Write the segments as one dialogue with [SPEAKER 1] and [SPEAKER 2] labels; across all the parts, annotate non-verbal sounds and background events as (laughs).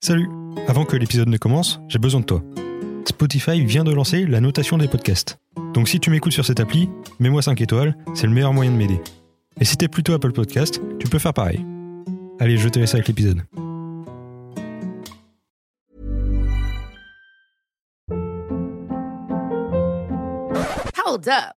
[SPEAKER 1] Salut Avant que l'épisode ne commence, j'ai besoin de toi. Spotify vient de lancer la notation des podcasts. Donc si tu m'écoutes sur cette appli, mets-moi 5 étoiles, c'est le meilleur moyen de m'aider. Et si t'es plutôt Apple Podcast, tu peux faire pareil. Allez, je te laisse avec l'épisode.
[SPEAKER 2] Hold up.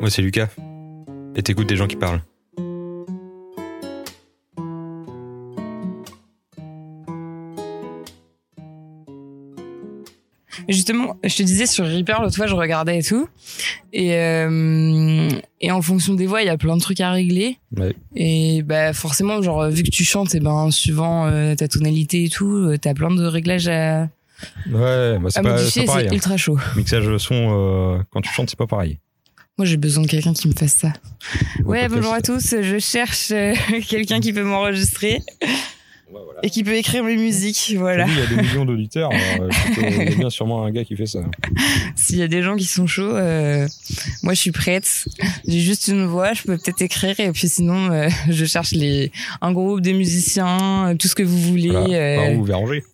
[SPEAKER 1] Moi c'est Lucas. Et t'écoutes des gens qui parlent.
[SPEAKER 3] Justement, je te disais sur Reaper, l'autre fois, je regardais et tout. Et, euh, et en fonction des voix, il y a plein de trucs à régler.
[SPEAKER 1] Ouais.
[SPEAKER 3] Et bah, forcément, genre, vu que tu chantes, et ben, suivant euh, ta tonalité et tout, euh, t'as plein de réglages à, à
[SPEAKER 1] Ouais, bah c'est pas, c'est
[SPEAKER 3] modifier.
[SPEAKER 1] pas pareil.
[SPEAKER 3] C'est
[SPEAKER 1] hein.
[SPEAKER 3] ultra chaud.
[SPEAKER 1] Mixage son, euh, quand tu chantes, c'est pas pareil.
[SPEAKER 3] Moi, j'ai besoin de quelqu'un qui me fasse ça.
[SPEAKER 1] Le
[SPEAKER 3] Ouais,
[SPEAKER 1] podcast,
[SPEAKER 3] bonjour à tous. Je cherche euh, (laughs) quelqu'un qui peut m'enregistrer
[SPEAKER 1] Ouais, voilà.
[SPEAKER 3] et qui peut écrire mes musiques.
[SPEAKER 1] Je te
[SPEAKER 3] Voilà.
[SPEAKER 1] dis, Il y a des millions d'auditeurs, alors, euh, écoute, euh, il y a bien sûrement un gars qui
[SPEAKER 3] (laughs)
[SPEAKER 1] fait ça.
[SPEAKER 3] S'il y a des gens qui sont chauds, euh, moi je suis prête. J'ai juste une voix, je peux peut-être écrire et puis sinon euh, (laughs) je cherche les un groupe des musiciens, euh, tout ce que vous voulez.
[SPEAKER 1] Voilà.
[SPEAKER 3] euh,
[SPEAKER 1] Par où vers Angers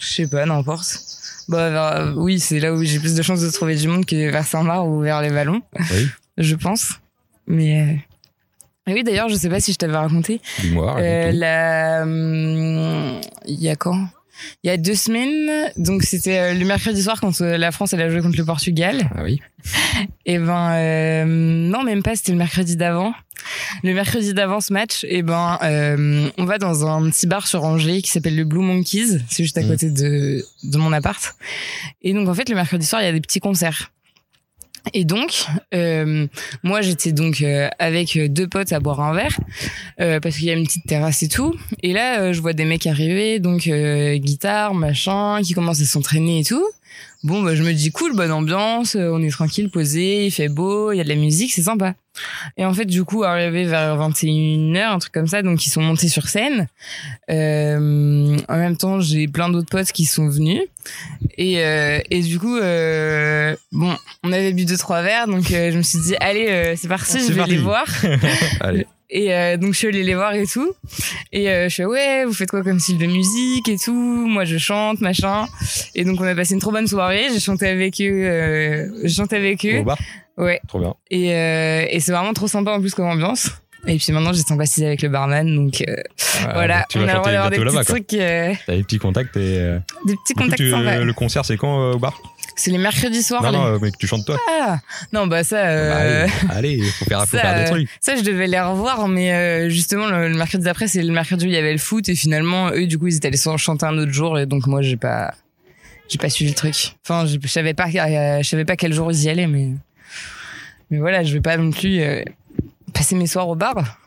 [SPEAKER 3] je sais pas, n'importe. Bah vers- oui, c'est là où j'ai plus de chances de trouver du monde que vers Saint-Marc ou vers les Vallons,
[SPEAKER 1] Oui,
[SPEAKER 3] (laughs) je pense. Mais euh, ah oui, d'ailleurs, je sais pas si je t'avais raconté.
[SPEAKER 1] dis-moi.
[SPEAKER 3] Euh,
[SPEAKER 1] raconte-nous.
[SPEAKER 3] la hum, il y a quand Il y a deux semaines. Donc c'était euh, le mercredi soir quand euh, la France elle a joué contre le Portugal.
[SPEAKER 1] Ah oui.
[SPEAKER 3] Eh ben, euh, non, même pas, c'était le mercredi d'avant. Le mercredi d'avant ce match, eh ben, euh, on va dans un petit bar sur Angers qui s'appelle le Blue Monkeys. C'est juste à
[SPEAKER 1] Mhm.
[SPEAKER 3] côté de, de mon appart. Et donc, en fait, le mercredi soir, il y a des petits concerts. Et donc, euh, moi, j'étais donc euh, avec deux potes à boire un verre euh, parce qu'il y a une petite terrasse et tout. Et là, euh, je vois des mecs arriver, donc euh, guitare, machin, qui commencent à s'entraîner et tout. Bon, bah, je me dis cool, bonne ambiance, euh, on est tranquille, posé, il fait beau, il y a de la musique, c'est sympa. Et en fait, du coup, arrivé vers 21h, un truc comme ça, donc ils sont montés sur scène. Euh, en même temps, j'ai plein d'autres potes qui sont venus. Et, euh, et du coup, euh, bon, on avait bu deux trois verres, donc euh, je me suis dit, allez, euh, c'est parti,
[SPEAKER 1] Ah, C'est
[SPEAKER 3] je vais
[SPEAKER 1] parti.
[SPEAKER 3] les voir.
[SPEAKER 1] (laughs) Allez.
[SPEAKER 3] Et euh, donc je suis allée les voir et tout. Et euh, je fais ouais, vous faites quoi comme style de musique et tout Moi je chante, machin. Et donc on a passé une trop bonne soirée. J'ai chanté avec eux. Euh, j'ai chanté avec eux.
[SPEAKER 1] Au bar
[SPEAKER 3] Ouais.
[SPEAKER 1] Trop bien.
[SPEAKER 3] Et, euh, et c'est vraiment trop sympa en plus comme ambiance. Et puis maintenant j'ai sympathisé avec le barman. Donc euh,
[SPEAKER 1] Ah,
[SPEAKER 3] voilà,
[SPEAKER 1] donc tu
[SPEAKER 3] on
[SPEAKER 1] vas
[SPEAKER 3] a
[SPEAKER 1] faire
[SPEAKER 3] le droit
[SPEAKER 1] tes
[SPEAKER 3] d'avoir des
[SPEAKER 1] gâteaux
[SPEAKER 3] petits
[SPEAKER 1] là-bas, quoi.
[SPEAKER 3] trucs, euh,
[SPEAKER 1] T'as des petits contacts et. euh,
[SPEAKER 3] des
[SPEAKER 1] du
[SPEAKER 3] petits
[SPEAKER 1] coup,
[SPEAKER 3] contacts
[SPEAKER 1] tu- euh,
[SPEAKER 3] sympas.
[SPEAKER 1] le concert, c'est quand euh, au bar
[SPEAKER 3] C'est les mercredis soirs.
[SPEAKER 1] Non,
[SPEAKER 3] les-
[SPEAKER 1] non, euh, mais que tu chantes toi.
[SPEAKER 3] Ah non bah ça.
[SPEAKER 1] Bah,
[SPEAKER 3] Euh...
[SPEAKER 1] allez, allez, faut faire, faut
[SPEAKER 3] ça,
[SPEAKER 1] faire des
[SPEAKER 3] euh,
[SPEAKER 1] trucs.
[SPEAKER 3] Ça, je devais les revoir, mais euh, justement, le, le mercredi d'après, c'est le mercredi où il y avait le foot, et finalement, eux, du coup, ils étaient allés s'en chanter un autre jour, et donc moi, j'ai pas, j'ai pas suivi le truc. Enfin, je, je savais pas, euh, je savais pas quel jour ils y allaient, mais, mais voilà, je vais pas non plus euh, passer mes soirs au bar.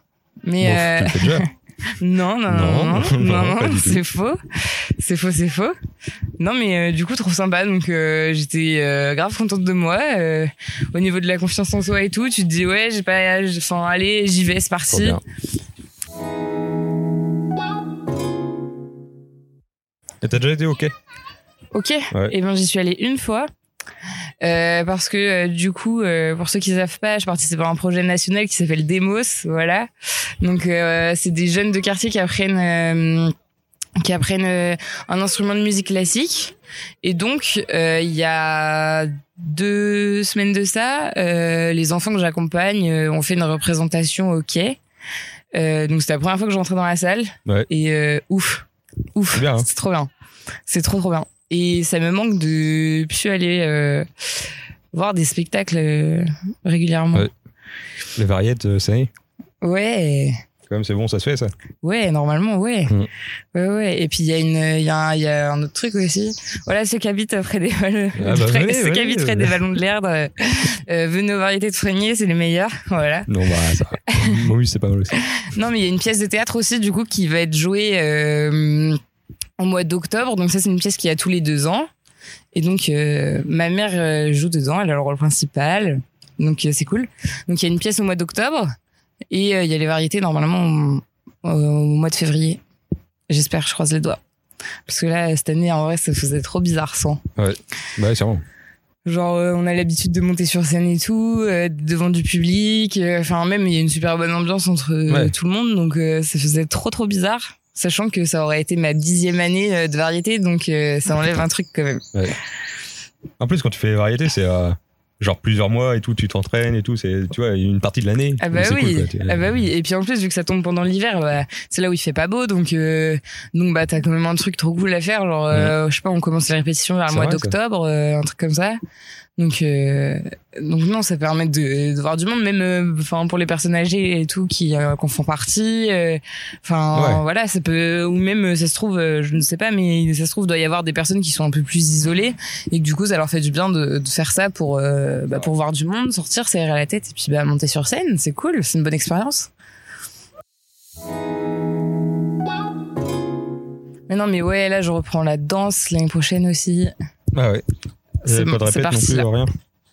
[SPEAKER 3] Mais
[SPEAKER 1] Bon,
[SPEAKER 3] euh,
[SPEAKER 1] tu le fais
[SPEAKER 3] (laughs)
[SPEAKER 1] déjà.
[SPEAKER 3] non, non, non, non,
[SPEAKER 1] (laughs) Non,
[SPEAKER 3] non,
[SPEAKER 1] non, pas
[SPEAKER 3] non,
[SPEAKER 1] du tout.
[SPEAKER 3] c'est faux, c'est faux, c'est faux. Non, mais euh, du coup, trop sympa. Donc, euh, j'étais euh, grave contente de moi. euh, au niveau de la confiance en soi et tout, tu te dis ouais, j'ai pas, j'ai- enfin, allez, j'y vais, c'est
[SPEAKER 1] Trop
[SPEAKER 3] parti.
[SPEAKER 1] bien. Et t'as déjà été OK
[SPEAKER 3] Ok.
[SPEAKER 1] Ouais.
[SPEAKER 3] Et ben, j'y suis allée une fois. Euh, parce que euh, du coup, euh, pour ceux qui savent pas, je participe à un projet national qui s'appelle Demos, voilà. Donc euh, c'est des jeunes de quartier qui apprennent euh, qui apprennent euh, un instrument de musique classique. Et donc euh, il y a deux semaines de ça, euh, les enfants que j'accompagne euh, ont fait une représentation au quai. Euh, donc c'était la première fois que je rentrais dans la salle.
[SPEAKER 1] Ouais.
[SPEAKER 3] Et euh, ouf, ouf,
[SPEAKER 1] C'est bien, hein.
[SPEAKER 3] c'est trop bien, c'est trop trop bien. Et ça me manque de plus aller euh, voir des spectacles euh, régulièrement.
[SPEAKER 1] Ouais. Les variétés, euh, ça y est.
[SPEAKER 3] ouais.
[SPEAKER 1] Quand même, c'est bon, ça se fait ça.
[SPEAKER 3] Ouais, normalement, ouais.
[SPEAKER 1] Mm.
[SPEAKER 3] Ouais, ouais. Et puis, il y, a une- il y, a un- il y a un autre truc aussi. Voilà, ceux qui habitent près des, vallons-
[SPEAKER 1] Ah bah,
[SPEAKER 3] (laughs) près-
[SPEAKER 1] venez,
[SPEAKER 3] ceux qui
[SPEAKER 1] venez,
[SPEAKER 3] habitent près
[SPEAKER 1] euh.
[SPEAKER 3] des vallons de l'Erdre, euh, euh, venez aux variétés de Frenier, c'est les meilleurs. Voilà.
[SPEAKER 1] Non, bah, ça.
[SPEAKER 3] (laughs)
[SPEAKER 1] Momus, c'est pas mal aussi.
[SPEAKER 3] Non, mais il y a une pièce de théâtre aussi, du coup, qui va être jouée. euh, au mois d'octobre. Donc ça, c'est une pièce qui a tous les deux ans. Et donc, euh, ma mère euh, joue dedans, elle a le rôle principal. Donc, euh, c'est cool. Donc, il y a une pièce au mois d'octobre. Et euh, il y a les variétés, normalement, au, au mois de février. J'espère, je croise les doigts. Parce que là, cette année, en vrai, ça faisait trop bizarre sans.
[SPEAKER 1] Bah, c'est bon.
[SPEAKER 3] Genre, euh, on a l'habitude de monter sur scène et tout, euh, devant du public. euh, Enfin, même, il y a une super bonne ambiance entre euh,
[SPEAKER 1] Ouais.
[SPEAKER 3] tout le monde. Donc, euh, ça faisait trop, trop bizarre. Sachant que ça aurait été ma dixième année euh, de variété. Donc, euh, ça enlève un truc quand même.
[SPEAKER 1] En plus, quand tu fais les variétés, c'est euh, genre plusieurs mois et tout, tu t'entraînes et tout. C'est, tu vois, une partie de l'année.
[SPEAKER 3] Ah bah
[SPEAKER 1] C'est cool,
[SPEAKER 3] oui,
[SPEAKER 1] quoi, t'es-
[SPEAKER 3] ah bah oui. Et puis en plus, vu que ça tombe pendant l'hiver, bah, c'est là où il fait pas beau, donc euh, donc bah t'as quand même un truc trop cool à faire. Genre, euh, je sais pas, on commence les répétitions vers le
[SPEAKER 1] C'est
[SPEAKER 3] mois
[SPEAKER 1] vrai, ça.
[SPEAKER 3] d'octobre, euh, un truc comme ça. Donc euh, donc non, ça permet de, de voir du monde, même euh, enfin pour les personnes âgées et tout qui euh, qu'on font partie. euh, Enfin
[SPEAKER 1] Ouais.
[SPEAKER 3] voilà, ça peut ou même euh, ça se trouve, euh, je ne sais pas, mais ça se trouve doit y avoir des personnes qui sont un peu plus isolées et que du coup ça leur fait du bien de, de faire ça pour euh, bah, pour voir du monde sortir s'aérer la tête et puis bah monter sur scène c'est cool c'est une bonne expérience mais non mais ouais là je reprends la danse l'année prochaine aussi
[SPEAKER 1] Ah ouais. Il y
[SPEAKER 3] c'est
[SPEAKER 1] avait pas de
[SPEAKER 3] bon,
[SPEAKER 1] répète
[SPEAKER 3] c'est
[SPEAKER 1] non
[SPEAKER 3] parti
[SPEAKER 1] plus,
[SPEAKER 3] là.
[SPEAKER 1] rien.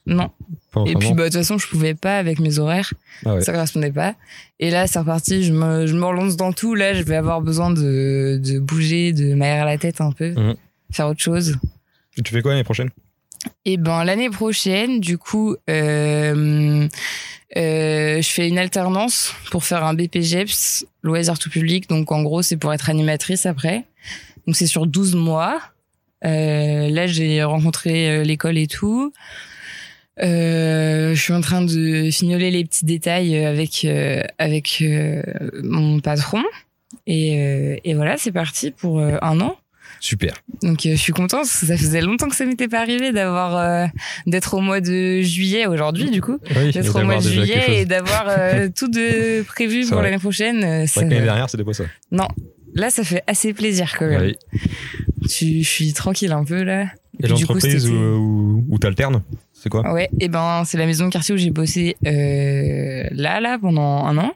[SPEAKER 3] non
[SPEAKER 1] Enfin,
[SPEAKER 3] et
[SPEAKER 1] enfin,
[SPEAKER 3] puis
[SPEAKER 1] non.
[SPEAKER 3] bah de toute façon je pouvais pas avec mes horaires
[SPEAKER 1] Ah ouais.
[SPEAKER 3] ça correspondait pas et là c'est reparti je me je me relance dans tout là je vais avoir besoin de de bouger de m'aérer la tête un peu
[SPEAKER 1] Mhm.
[SPEAKER 3] faire autre chose
[SPEAKER 1] Et tu fais quoi l'année prochaine
[SPEAKER 3] Et ben l'année prochaine, du coup, euh, euh, je fais une alternance pour faire un BPGEPS, E loisirs tout public. Donc en gros, c'est pour être animatrice après. Donc c'est sur 12 mois. Euh, là, j'ai rencontré euh, l'école et tout. Euh, je suis en train de fignoler les petits détails euh, avec euh, avec euh, mon patron. Et, euh, et voilà, c'est parti pour euh, un an.
[SPEAKER 1] Super.
[SPEAKER 3] Donc euh, je suis contente, parce que ça faisait longtemps que ça m'était pas arrivé d'avoir euh, d'être au mois de juillet aujourd'hui du coup,
[SPEAKER 1] Oui,
[SPEAKER 3] d'être au mois de juillet et d'avoir euh, tout
[SPEAKER 1] (laughs)
[SPEAKER 3] de prévu
[SPEAKER 1] C'est
[SPEAKER 3] pour
[SPEAKER 1] vrai.
[SPEAKER 3] l'année prochaine. euh,
[SPEAKER 1] C'est vrai que
[SPEAKER 3] ça-
[SPEAKER 1] l'année dernière, c'était pas ça.
[SPEAKER 3] Là ça fait assez plaisir quand même.
[SPEAKER 1] Oui.
[SPEAKER 3] Tu- je suis tranquille un peu là.
[SPEAKER 1] Et
[SPEAKER 3] du coup,
[SPEAKER 1] l'entreprise
[SPEAKER 3] cet
[SPEAKER 1] où,
[SPEAKER 3] été-
[SPEAKER 1] où, où t'alternes, c'est quoi
[SPEAKER 3] Ouais, et ben c'est la maison de quartier où j'ai bossé euh, là là pendant un an.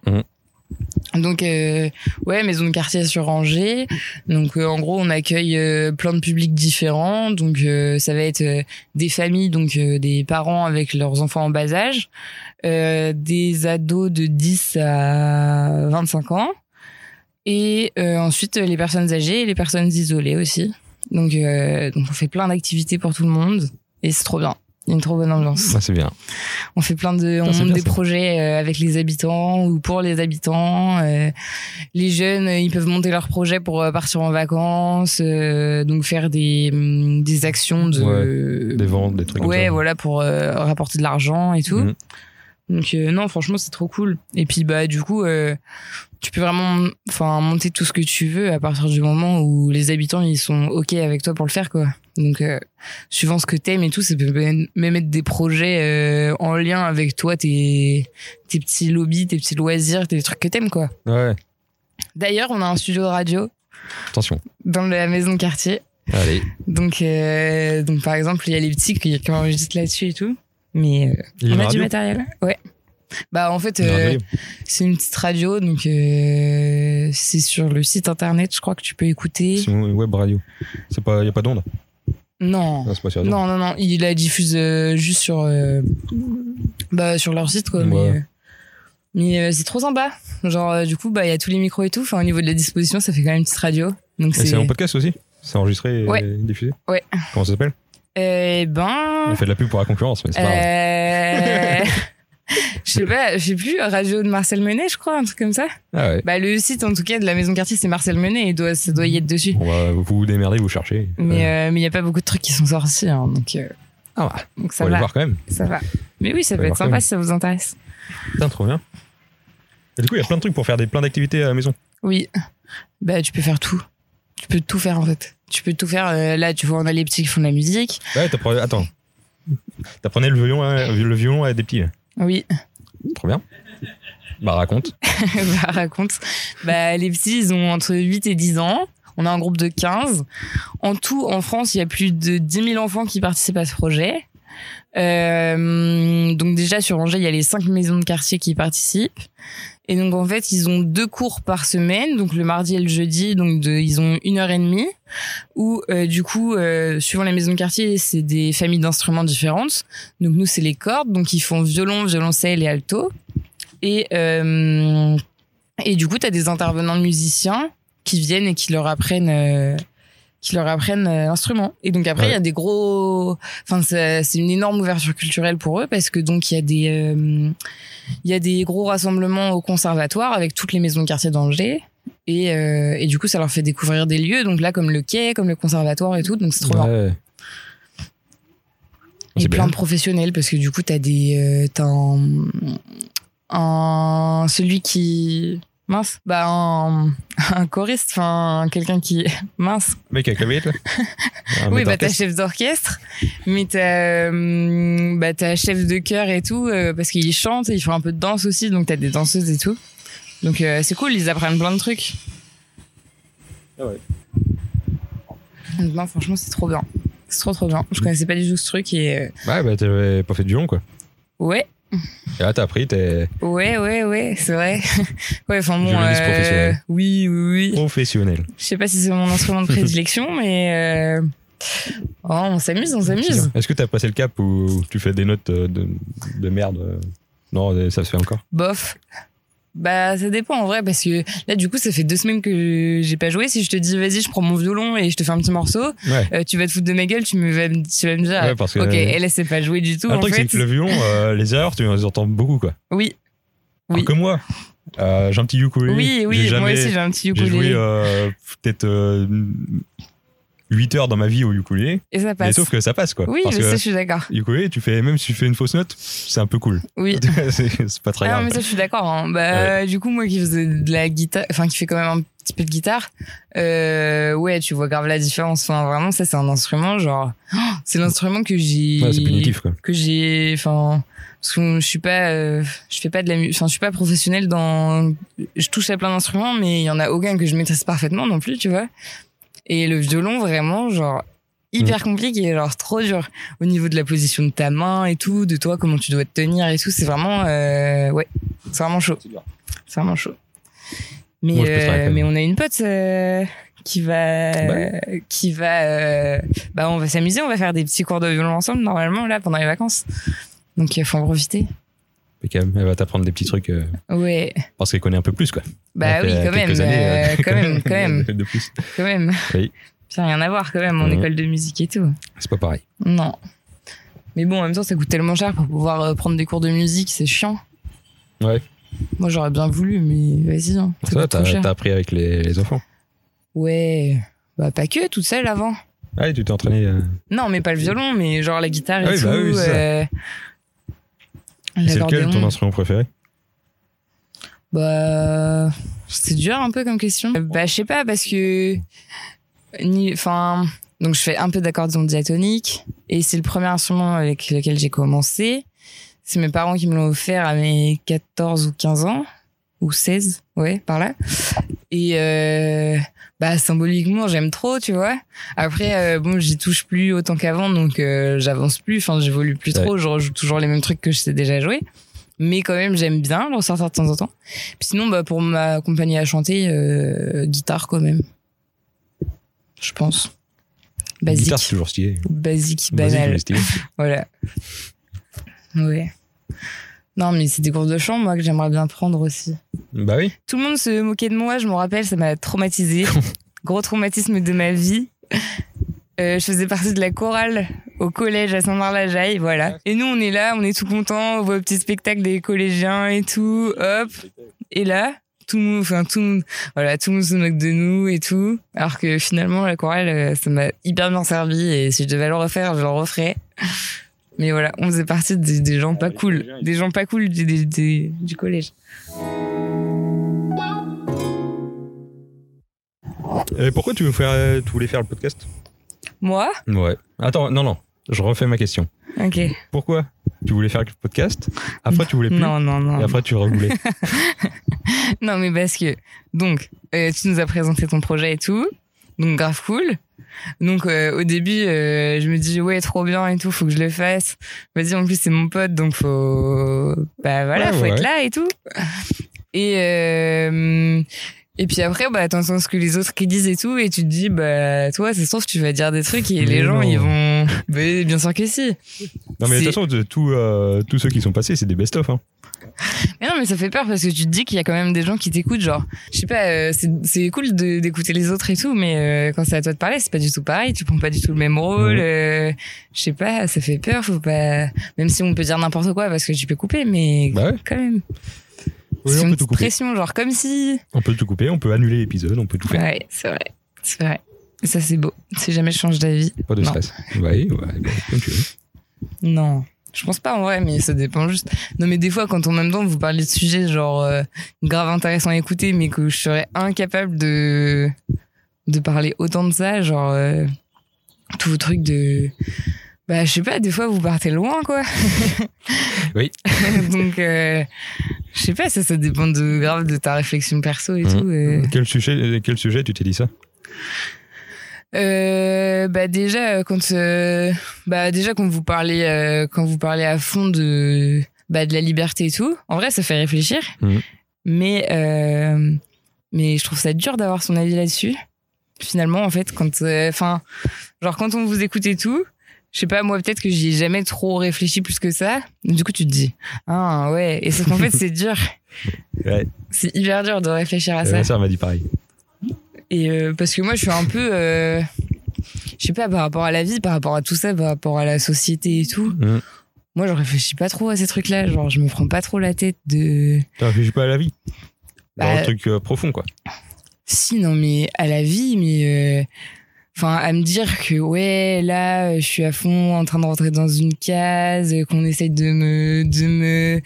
[SPEAKER 3] Donc euh, ouais, maison de quartier sur Angers. Donc euh, en gros, on accueille euh, plein de publics différents. Donc euh, ça va être euh, des familles, donc euh, des parents avec leurs enfants en bas âge, euh, des ados de 10 à 25 ans et euh, ensuite euh, les personnes âgées et les personnes isolées aussi. Donc euh, donc on fait plein d'activités pour tout le monde et c'est trop bien. Il y a une trop bonne ambiance.
[SPEAKER 1] Ah, C'est bien.
[SPEAKER 3] On fait plein de, on
[SPEAKER 1] c'est
[SPEAKER 3] monte
[SPEAKER 1] bien,
[SPEAKER 3] des
[SPEAKER 1] ça.
[SPEAKER 3] projets euh, avec les habitants ou pour les habitants. euh, les jeunes, euh, ils peuvent monter leurs projets pour euh, partir en vacances, euh, donc faire des, hum, des actions de,
[SPEAKER 1] Des ventes, des trucs
[SPEAKER 3] ouais,
[SPEAKER 1] comme ça.
[SPEAKER 3] voilà, pour euh, rapporter de l'argent et tout.
[SPEAKER 1] Mhm.
[SPEAKER 3] Donc euh, non, franchement, c'est trop cool. Et puis bah du coup, euh, tu peux vraiment, enfin, monter tout ce que tu veux à partir du moment où les habitants ils sont ok avec toi pour le faire quoi. Donc euh, suivant ce que t'aimes et tout, ça peut même même être des projets euh, en lien avec toi, tes tes petits lobbies, tes petits loisirs, tes trucs que t'aimes quoi.
[SPEAKER 1] Ouais,
[SPEAKER 3] D'ailleurs, on a un studio de radio
[SPEAKER 1] attention.
[SPEAKER 3] dans la maison de quartier.
[SPEAKER 1] Allez.
[SPEAKER 3] Donc euh, donc par exemple, il y a les petits qui, qui enregistrent là-dessus et tout. Mais euh,
[SPEAKER 1] Il y a une
[SPEAKER 3] on a du
[SPEAKER 1] radio
[SPEAKER 3] matériel. Ouais. Bah en fait.
[SPEAKER 1] Une radio
[SPEAKER 3] euh,
[SPEAKER 1] libre.
[SPEAKER 3] c'est une petite radio, donc euh, c'est sur le site internet, je crois que tu peux écouter.
[SPEAKER 1] C'est une euh, web radio. C'est pas, y a pas d'onde.
[SPEAKER 3] Non.
[SPEAKER 1] Ah, Non, c'est pas sur radio.
[SPEAKER 3] Non, non, non, il la diffuse euh, juste sur, euh, bah, sur leur site, quoi. Mais,
[SPEAKER 1] Ouais.
[SPEAKER 3] euh, mais euh, c'est trop sympa. Genre, euh, du coup, bah, il y a tous les micros et tout. Enfin, au niveau de la disposition, ça fait quand même une petite radio. Donc,
[SPEAKER 1] Et
[SPEAKER 3] c'est.
[SPEAKER 1] c'est en podcast aussi C'est enregistré et
[SPEAKER 3] Ouais.
[SPEAKER 1] diffusé
[SPEAKER 3] Ouais.
[SPEAKER 1] Comment ça s'appelle
[SPEAKER 3] Eh ben.
[SPEAKER 1] On fait de la pub pour la concurrence, mais c'est pas grave.
[SPEAKER 3] euh, (laughs) Je sais pas, je sais plus, radio de Marcel Menet, je crois, un truc comme ça.
[SPEAKER 1] Ah ouais.
[SPEAKER 3] Bah, le site, en tout cas, de la maison de quartier, c'est Marcel Menet, et doit, ça doit y être dessus.
[SPEAKER 1] Bon, bah, vous vous démerdez, vous cherchez.
[SPEAKER 3] Mais
[SPEAKER 1] Ouais.
[SPEAKER 3] euh, mais il n'y a pas beaucoup de trucs qui sont sortis, hein, donc, euh,
[SPEAKER 1] Ah bah,
[SPEAKER 3] donc ça
[SPEAKER 1] faut aller
[SPEAKER 3] va,
[SPEAKER 1] voir quand même.
[SPEAKER 3] ça va. Mais oui,
[SPEAKER 1] Faut
[SPEAKER 3] ça peut
[SPEAKER 1] aller
[SPEAKER 3] être
[SPEAKER 1] voir quand
[SPEAKER 3] sympa
[SPEAKER 1] même.
[SPEAKER 3] si ça vous intéresse.
[SPEAKER 1] Putain, trop bien. Et du coup, il y a plein de trucs pour faire des, plein d'activités à la maison.
[SPEAKER 3] Oui, bah tu peux faire tout. Tu peux tout faire en fait. Tu peux tout faire. euh, là, tu vois, on a les petits qui font de la musique.
[SPEAKER 1] Bah Ouais, t'apprenais, attends. T'apprenais le violon, à- le violon à des petits. là.
[SPEAKER 3] Oui,
[SPEAKER 1] Trop bien. Bah, raconte.
[SPEAKER 3] (laughs) bah raconte. Bah les petits, ils ont entre 8 et 10 ans. On a un groupe de 15. En tout, en France, il y a plus de 10 000 enfants qui participent à ce projet. Euh, donc déjà sur Angers, il y a les cinq maisons de quartier qui y participent. Et donc en fait, ils ont deux cours par semaine, donc le mardi et le jeudi, donc de, ils ont une heure et demie, où euh, du coup, euh, suivant les maisons de quartier, c'est des familles d'instruments différentes. Donc nous, c'est les cordes, donc ils font violon, violoncelle et alto. Et, euh, et du coup, tu as des intervenants musiciens qui viennent et qui leur apprennent... euh, qui leur apprennent euh, l'instrument. Et donc après, il
[SPEAKER 1] Ouais.
[SPEAKER 3] y a des gros... Enfin, ça- c'est une énorme ouverture culturelle pour eux parce que donc il y a des... euh, il y a des gros rassemblements au conservatoire avec toutes les maisons de quartier d'Angers. Et, euh, et du coup, ça leur fait découvrir des lieux. Donc là, comme le quai, comme le conservatoire et tout. Donc c'est trop bien.
[SPEAKER 1] Ouais.
[SPEAKER 3] Et
[SPEAKER 1] C'est
[SPEAKER 3] plein
[SPEAKER 1] bien.
[SPEAKER 3] de professionnels parce que du coup, t'as des. euh, t'as un, un- Celui qui. Mince. Bah, un, (laughs) un choriste. Enfin, quelqu'un qui. (laughs) Mince.
[SPEAKER 1] Mec avec la bite là Ah,
[SPEAKER 3] oui,
[SPEAKER 1] mais
[SPEAKER 3] bah, t'as
[SPEAKER 1] t'arrêtes.
[SPEAKER 3] chef d'orchestre. Mais t'as. euh, bah, t'as chef de chœur et tout. euh, parce qu'ils chantent et ils font un peu de danse aussi. Donc, t'as des danseuses et tout. Donc, euh, c'est cool. Ils apprennent plein de trucs.
[SPEAKER 1] Ah ouais.
[SPEAKER 3] Donc, non, franchement, c'est trop bien. C'est trop, trop bien. Je connaissais pas du tout ce truc et. euh,
[SPEAKER 1] Ouais, bah t'avais pas fait du long quoi.
[SPEAKER 3] ouais.
[SPEAKER 1] Et là t'as appris, t'es
[SPEAKER 3] Ouais, ouais, ouais, c'est vrai. (laughs) ouais, enfin bon. euh,
[SPEAKER 1] Violoniste professionnel.
[SPEAKER 3] Oui, oui, oui.
[SPEAKER 1] professionnel.
[SPEAKER 3] Je sais pas si c'est mon
[SPEAKER 1] (laughs)
[SPEAKER 3] instrument de prédilection, mais. euh, oh, on s'amuse, on s'amuse.
[SPEAKER 1] Est-ce que t'as passé le cap où tu fais des notes euh, de, de merde euh Non, ça se fait encore.
[SPEAKER 3] Bof. Bah, ça dépend en vrai, parce que là, du coup, ça fait deux semaines que j'ai pas joué. Si je te dis, vas-y, je prends mon violon et je te fais un petit morceau,
[SPEAKER 1] Ouais.
[SPEAKER 3] euh, tu vas te foutre de ma gueule, tu, me vas, me- tu vas me dire.
[SPEAKER 1] Ouais, parce que. Ah,
[SPEAKER 3] Ok, elle, elle sait pas jouer du tout.
[SPEAKER 1] le
[SPEAKER 3] en
[SPEAKER 1] truc,
[SPEAKER 3] fait.
[SPEAKER 1] c'est que le violon, euh, les erreurs, tu les entends beaucoup quoi.
[SPEAKER 3] Oui, Oui.
[SPEAKER 1] Alors que moi, euh, j'ai un petit ukulélé.
[SPEAKER 3] oui, oui,
[SPEAKER 1] J'ai jamais-
[SPEAKER 3] moi aussi, j'ai un petit
[SPEAKER 1] J'ai
[SPEAKER 3] ukulélé.
[SPEAKER 1] joué euh, peut-être 8 heures dans ma vie au ukulélé.
[SPEAKER 3] et ça
[SPEAKER 1] Mais
[SPEAKER 3] passe.
[SPEAKER 1] sauf que ça passe quoi.
[SPEAKER 3] Bah, oui,
[SPEAKER 1] parce
[SPEAKER 3] je
[SPEAKER 1] que
[SPEAKER 3] sais, je suis d'accord.
[SPEAKER 1] ukulélé, tu fais, même si tu fais une fausse note, c'est un peu cool.
[SPEAKER 3] Oui.
[SPEAKER 1] (laughs) c'est c'est pas très
[SPEAKER 3] Ah non,
[SPEAKER 1] grave.
[SPEAKER 3] mais ça, je suis d'accord. hein. Bah, Du coup, moi qui faisais de la guitare, enfin, qui fait quand même un petit peu de guitare, euh, ouais, tu vois grave la différence. Enfin, vraiment, ça, c'est un instrument, genre, (gasps) oh, c'est l'instrument que j'ai.
[SPEAKER 1] Ouais, c'est punitif quoi.
[SPEAKER 3] Que j'ai. Enfin, parce que je suis pas. euh, je fais pas de la mu- Enfin, je suis pas professionnelle dans. Je touche à plein d'instruments, mais il y en a aucun que je maîtrise parfaitement non plus, tu vois. Et le violon, vraiment, genre, hyper
[SPEAKER 1] Mm.
[SPEAKER 3] compliqué, genre, trop dur. Au niveau de la position de ta main et tout, de toi, comment tu dois te tenir et tout, c'est vraiment, euh, ouais, c'est vraiment chaud. C'est vraiment chaud. Mais,
[SPEAKER 1] Moi, je peux te
[SPEAKER 3] euh,
[SPEAKER 1] raconter.
[SPEAKER 3] mais on a une pote euh, qui va,
[SPEAKER 1] Bah.
[SPEAKER 3] qui va, euh, bah, on va s'amuser, on va faire des petits cours de violon ensemble, normalement, là, pendant les vacances. Donc, il faut en profiter.
[SPEAKER 1] Impeccable. Elle va t'apprendre des petits trucs euh,
[SPEAKER 3] Ouais.
[SPEAKER 1] parce qu'elle connaît un peu plus quoi.
[SPEAKER 3] Bah
[SPEAKER 1] Elle
[SPEAKER 3] oui,
[SPEAKER 1] a fait
[SPEAKER 3] quand même,
[SPEAKER 1] quelques années, (laughs)
[SPEAKER 3] euh, quand même, quand même,
[SPEAKER 1] de plus.
[SPEAKER 3] quand même.
[SPEAKER 1] Oui.
[SPEAKER 3] Ça n'a rien à voir, quand même, en
[SPEAKER 1] Mhm.
[SPEAKER 3] école de musique et tout.
[SPEAKER 1] C'est pas pareil.
[SPEAKER 3] Non. Mais bon, en même temps, ça coûte tellement cher pour pouvoir euh, prendre des cours de musique, c'est chiant.
[SPEAKER 1] Ouais.
[SPEAKER 3] Moi, j'aurais bien voulu, mais vas-y, hein, ça
[SPEAKER 1] Ça, va,
[SPEAKER 3] coûte trop
[SPEAKER 1] t'as
[SPEAKER 3] cher.
[SPEAKER 1] t'as appris avec les, les enfants.
[SPEAKER 3] Ouais, bah pas que, toute seule avant.
[SPEAKER 1] Ah, et tu t'es entraîné. euh,
[SPEAKER 3] Non, mais pas le violon, mais genre la guitare et
[SPEAKER 1] Ah oui,
[SPEAKER 3] tout.
[SPEAKER 1] bah oui, c'est ça.
[SPEAKER 3] euh,
[SPEAKER 1] C'est lequel ton
[SPEAKER 3] l'accordéon.
[SPEAKER 1] instrument préféré
[SPEAKER 3] Bah, c'est dur un peu comme question. Euh, Bah, je sais pas parce que, ni- enfin, donc je fais un peu d'accordéon diatonique et c'est le premier instrument avec lequel j'ai commencé. C'est mes parents qui me l'ont offert à mes 14 ou 15 ans ou 16, ouais, par là. Et euh, bah symboliquement, j'aime trop, tu vois. Après euh, bon, j'y touche plus autant qu'avant donc euh, j'avance plus, enfin j'évolue plus
[SPEAKER 1] Ouais.
[SPEAKER 3] trop, je rejoue toujours les mêmes trucs que je sais déjà jouer. Mais quand même, j'aime bien le ressortir de temps en temps. Puis sinon, bah, pour m'accompagner à chanter, euh, guitare quand même. Je pense. Basique.
[SPEAKER 1] Guitare, c'est toujours stylé.
[SPEAKER 3] Basique,
[SPEAKER 1] Basique,
[SPEAKER 3] banal.
[SPEAKER 1] mais stylé.
[SPEAKER 3] Voilà. Ouais. Non, mais c'est des cours de chant, moi, que j'aimerais bien prendre aussi.
[SPEAKER 1] Bah oui.
[SPEAKER 3] Tout le monde se moquait de moi, je m'en rappelle, ça m'a traumatisée. Gros traumatisme de ma vie. Euh, je faisais partie de la chorale au collège à Saint-Marc-la-Jaille, voilà. Et nous, on est là, on est tout contents, on voit le petit spectacle des collégiens et tout, hop. Et là, tout le monde, enfin, tout le monde, voilà, tout le monde se moque de nous et tout. Alors que finalement, la chorale, euh, ça m'a hyper bien servi et si je devais le refaire, je le referais. Mais voilà, on faisait partie des, des gens pas cool, des gens pas cool du- du- du- du collège.
[SPEAKER 1] Et Euh, pourquoi tu, veux faire, tu voulais faire le podcast
[SPEAKER 3] Moi
[SPEAKER 1] Ouais. Attends, non, non. Je refais ma question.
[SPEAKER 3] Ok.
[SPEAKER 1] Pourquoi tu voulais faire le podcast Après, tu voulais plus.
[SPEAKER 3] Non, non, non.
[SPEAKER 1] Et après, tu revoulais.
[SPEAKER 3] Non, mais parce que, donc, euh, tu nous as présenté ton projet et tout. donc grave cool. Donc euh, au début, euh, je me dis ouais trop bien et tout, faut que je le fasse. Vas-y, en plus c'est mon pote, donc faut bah voilà,
[SPEAKER 1] Ouais,
[SPEAKER 3] faut
[SPEAKER 1] ouais,
[SPEAKER 3] être
[SPEAKER 1] ouais.
[SPEAKER 3] là et tout. Et euh, et puis après, bah t'entends ce que les autres qui disent et tout, et tu te dis bah toi, ça se trouve tu vas dire des trucs et
[SPEAKER 1] Mais
[SPEAKER 3] les gens
[SPEAKER 1] non.
[SPEAKER 3] ils vont bah, bien sûr que si.
[SPEAKER 1] Non, mais de
[SPEAKER 3] C'est-
[SPEAKER 1] toute façon, de tout, euh, tous ceux qui sont passés, c'est des best-of. Hein.
[SPEAKER 3] Mais non, mais ça fait peur parce que tu te dis qu'il y a quand même des gens qui t'écoutent. Genre, je sais pas, euh, c'est c'est cool de- d'écouter les autres et tout, mais euh, quand c'est à toi de parler, c'est pas du tout pareil. Tu prends pas du tout le même rôle. euh, je sais pas, ça fait peur. Faut pas. Même si on peut dire n'importe quoi parce que tu peux couper, mais
[SPEAKER 1] Bah ouais.
[SPEAKER 3] quand même.
[SPEAKER 1] Oui,
[SPEAKER 3] c'est
[SPEAKER 1] on peut tout
[SPEAKER 3] une petite
[SPEAKER 1] couper.
[SPEAKER 3] pression, genre comme si.
[SPEAKER 1] On peut tout couper, on peut annuler l'épisode, on peut tout faire.
[SPEAKER 3] Ouais, c'est vrai, c'est vrai. Et ça c'est beau. Si jamais je change d'avis,
[SPEAKER 1] Pas de
[SPEAKER 3] Non.
[SPEAKER 1] stress. Ouais, ouais, bah, comme tu veux.
[SPEAKER 3] non. Je pense pas en vrai, mais ça dépend juste. Non, mais des fois, quand en même temps vous parlez de sujets genre euh, grave intéressant à écouter, mais que je serais incapable de de parler autant de ça, genre euh, tout vos trucs de bah je sais pas, des fois vous partez loin quoi.
[SPEAKER 1] Oui.
[SPEAKER 3] (laughs) Donc euh, je sais pas, ça ça dépend de grave de ta réflexion perso et
[SPEAKER 1] Mhm.
[SPEAKER 3] tout. euh.
[SPEAKER 1] Quel sujet, quel sujet tu t'es dit ça
[SPEAKER 3] Euh, bah déjà euh, quand euh, bah déjà quand vous parlez euh, quand vous parlez à fond de bah de la liberté et tout en vrai ça fait réfléchir
[SPEAKER 1] Mhm.
[SPEAKER 3] mais euh, mais je trouve ça dur d'avoir son avis là-dessus finalement en fait quand euh, enfin genre quand on vous écoute et tout je sais pas moi peut-être que j'y ai jamais trop réfléchi plus que ça du coup tu te dis ah ouais et sauf qu'en fait c'est dur
[SPEAKER 1] Ouais.
[SPEAKER 3] c'est hyper dur de réfléchir
[SPEAKER 1] Euh,
[SPEAKER 3] à Ah, ça
[SPEAKER 1] Ma sœur m'a dit pareil.
[SPEAKER 3] et euh, parce que moi, je suis un peu, euh, je sais pas, par rapport à la vie, par rapport à tout ça, par rapport à la société et tout.
[SPEAKER 1] Mm.
[SPEAKER 3] Moi, je réfléchis pas trop à ces trucs-là. Genre, je me prends pas trop la tête de.
[SPEAKER 1] T'as réfléchi pas à la vie Dans
[SPEAKER 3] Bah,
[SPEAKER 1] un truc euh, profond, quoi.
[SPEAKER 3] Si, non, mais à la vie, mais. euh, Enfin, à me dire que, ouais, là, euh, je suis à fond en train de rentrer dans une case, euh, qu'on essaye de me, de me,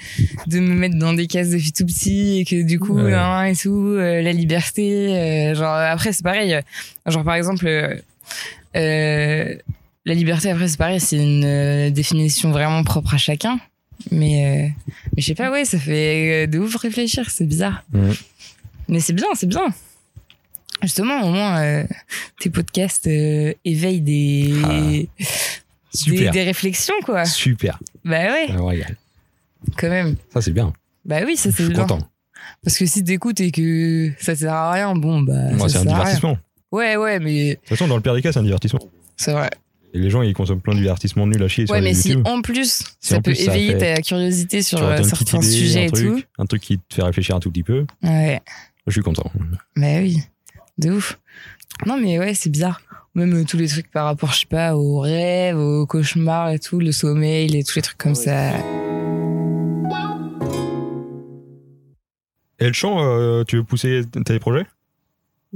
[SPEAKER 3] de me mettre dans des cases de filles tout petit et que du coup,
[SPEAKER 1] Ouais.
[SPEAKER 3] hein, et tout, euh, la liberté, euh, genre, après, c'est pareil. euh, Genre, par exemple, euh, euh, la liberté, après, c'est pareil, c'est une euh, définition vraiment propre à chacun. Mais, euh, mais je sais pas, ouais, ça fait euh, de ouf réfléchir, c'est bizarre.
[SPEAKER 1] Ouais.
[SPEAKER 3] Mais c'est bien, c'est bien. Justement, au moins, euh, tes podcasts euh, éveillent des,
[SPEAKER 1] Ah,
[SPEAKER 3] des,
[SPEAKER 1] Super.
[SPEAKER 3] des réflexions, quoi.
[SPEAKER 1] Super.
[SPEAKER 3] Bah ouais,
[SPEAKER 1] Ah, regarde.
[SPEAKER 3] quand même.
[SPEAKER 1] Ça, c'est bien.
[SPEAKER 3] Bah oui, ça
[SPEAKER 1] Je
[SPEAKER 3] c'est
[SPEAKER 1] suis
[SPEAKER 3] bien.
[SPEAKER 1] content.
[SPEAKER 3] Parce que si t'écoutes et que ça sert à rien, bon, bah.
[SPEAKER 1] Moi, c'est
[SPEAKER 3] ça
[SPEAKER 1] un
[SPEAKER 3] sert à rien.
[SPEAKER 1] divertissement. De
[SPEAKER 3] Ouais, ouais, mais
[SPEAKER 1] toute façon, dans le pire des cas, c'est un divertissement.
[SPEAKER 3] c'est vrai.
[SPEAKER 1] Et les gens, ils consomment plein de divertissements nuls à chier
[SPEAKER 3] Ouais,
[SPEAKER 1] sur
[SPEAKER 3] mais si
[SPEAKER 1] YouTube.
[SPEAKER 3] en plus,
[SPEAKER 1] Si
[SPEAKER 3] ça
[SPEAKER 1] en
[SPEAKER 3] peut
[SPEAKER 1] plus, ça
[SPEAKER 3] éveiller
[SPEAKER 1] fait-
[SPEAKER 3] ta curiosité sur
[SPEAKER 1] Tu auras
[SPEAKER 3] euh,
[SPEAKER 1] une petite
[SPEAKER 3] certains
[SPEAKER 1] idée,
[SPEAKER 3] sujets
[SPEAKER 1] un
[SPEAKER 3] et tout.
[SPEAKER 1] truc, un truc qui te fait réfléchir un tout petit peu.
[SPEAKER 3] Ouais,
[SPEAKER 1] Je suis content.
[SPEAKER 3] bah oui, de ouf. Non, mais ouais, c'est bizarre. Même euh, tous les trucs par rapport, je sais pas, aux rêves, aux cauchemars et tout, le sommeil, et tous les trucs comme ça.
[SPEAKER 1] Et le chant, euh, tu veux pousser tes projets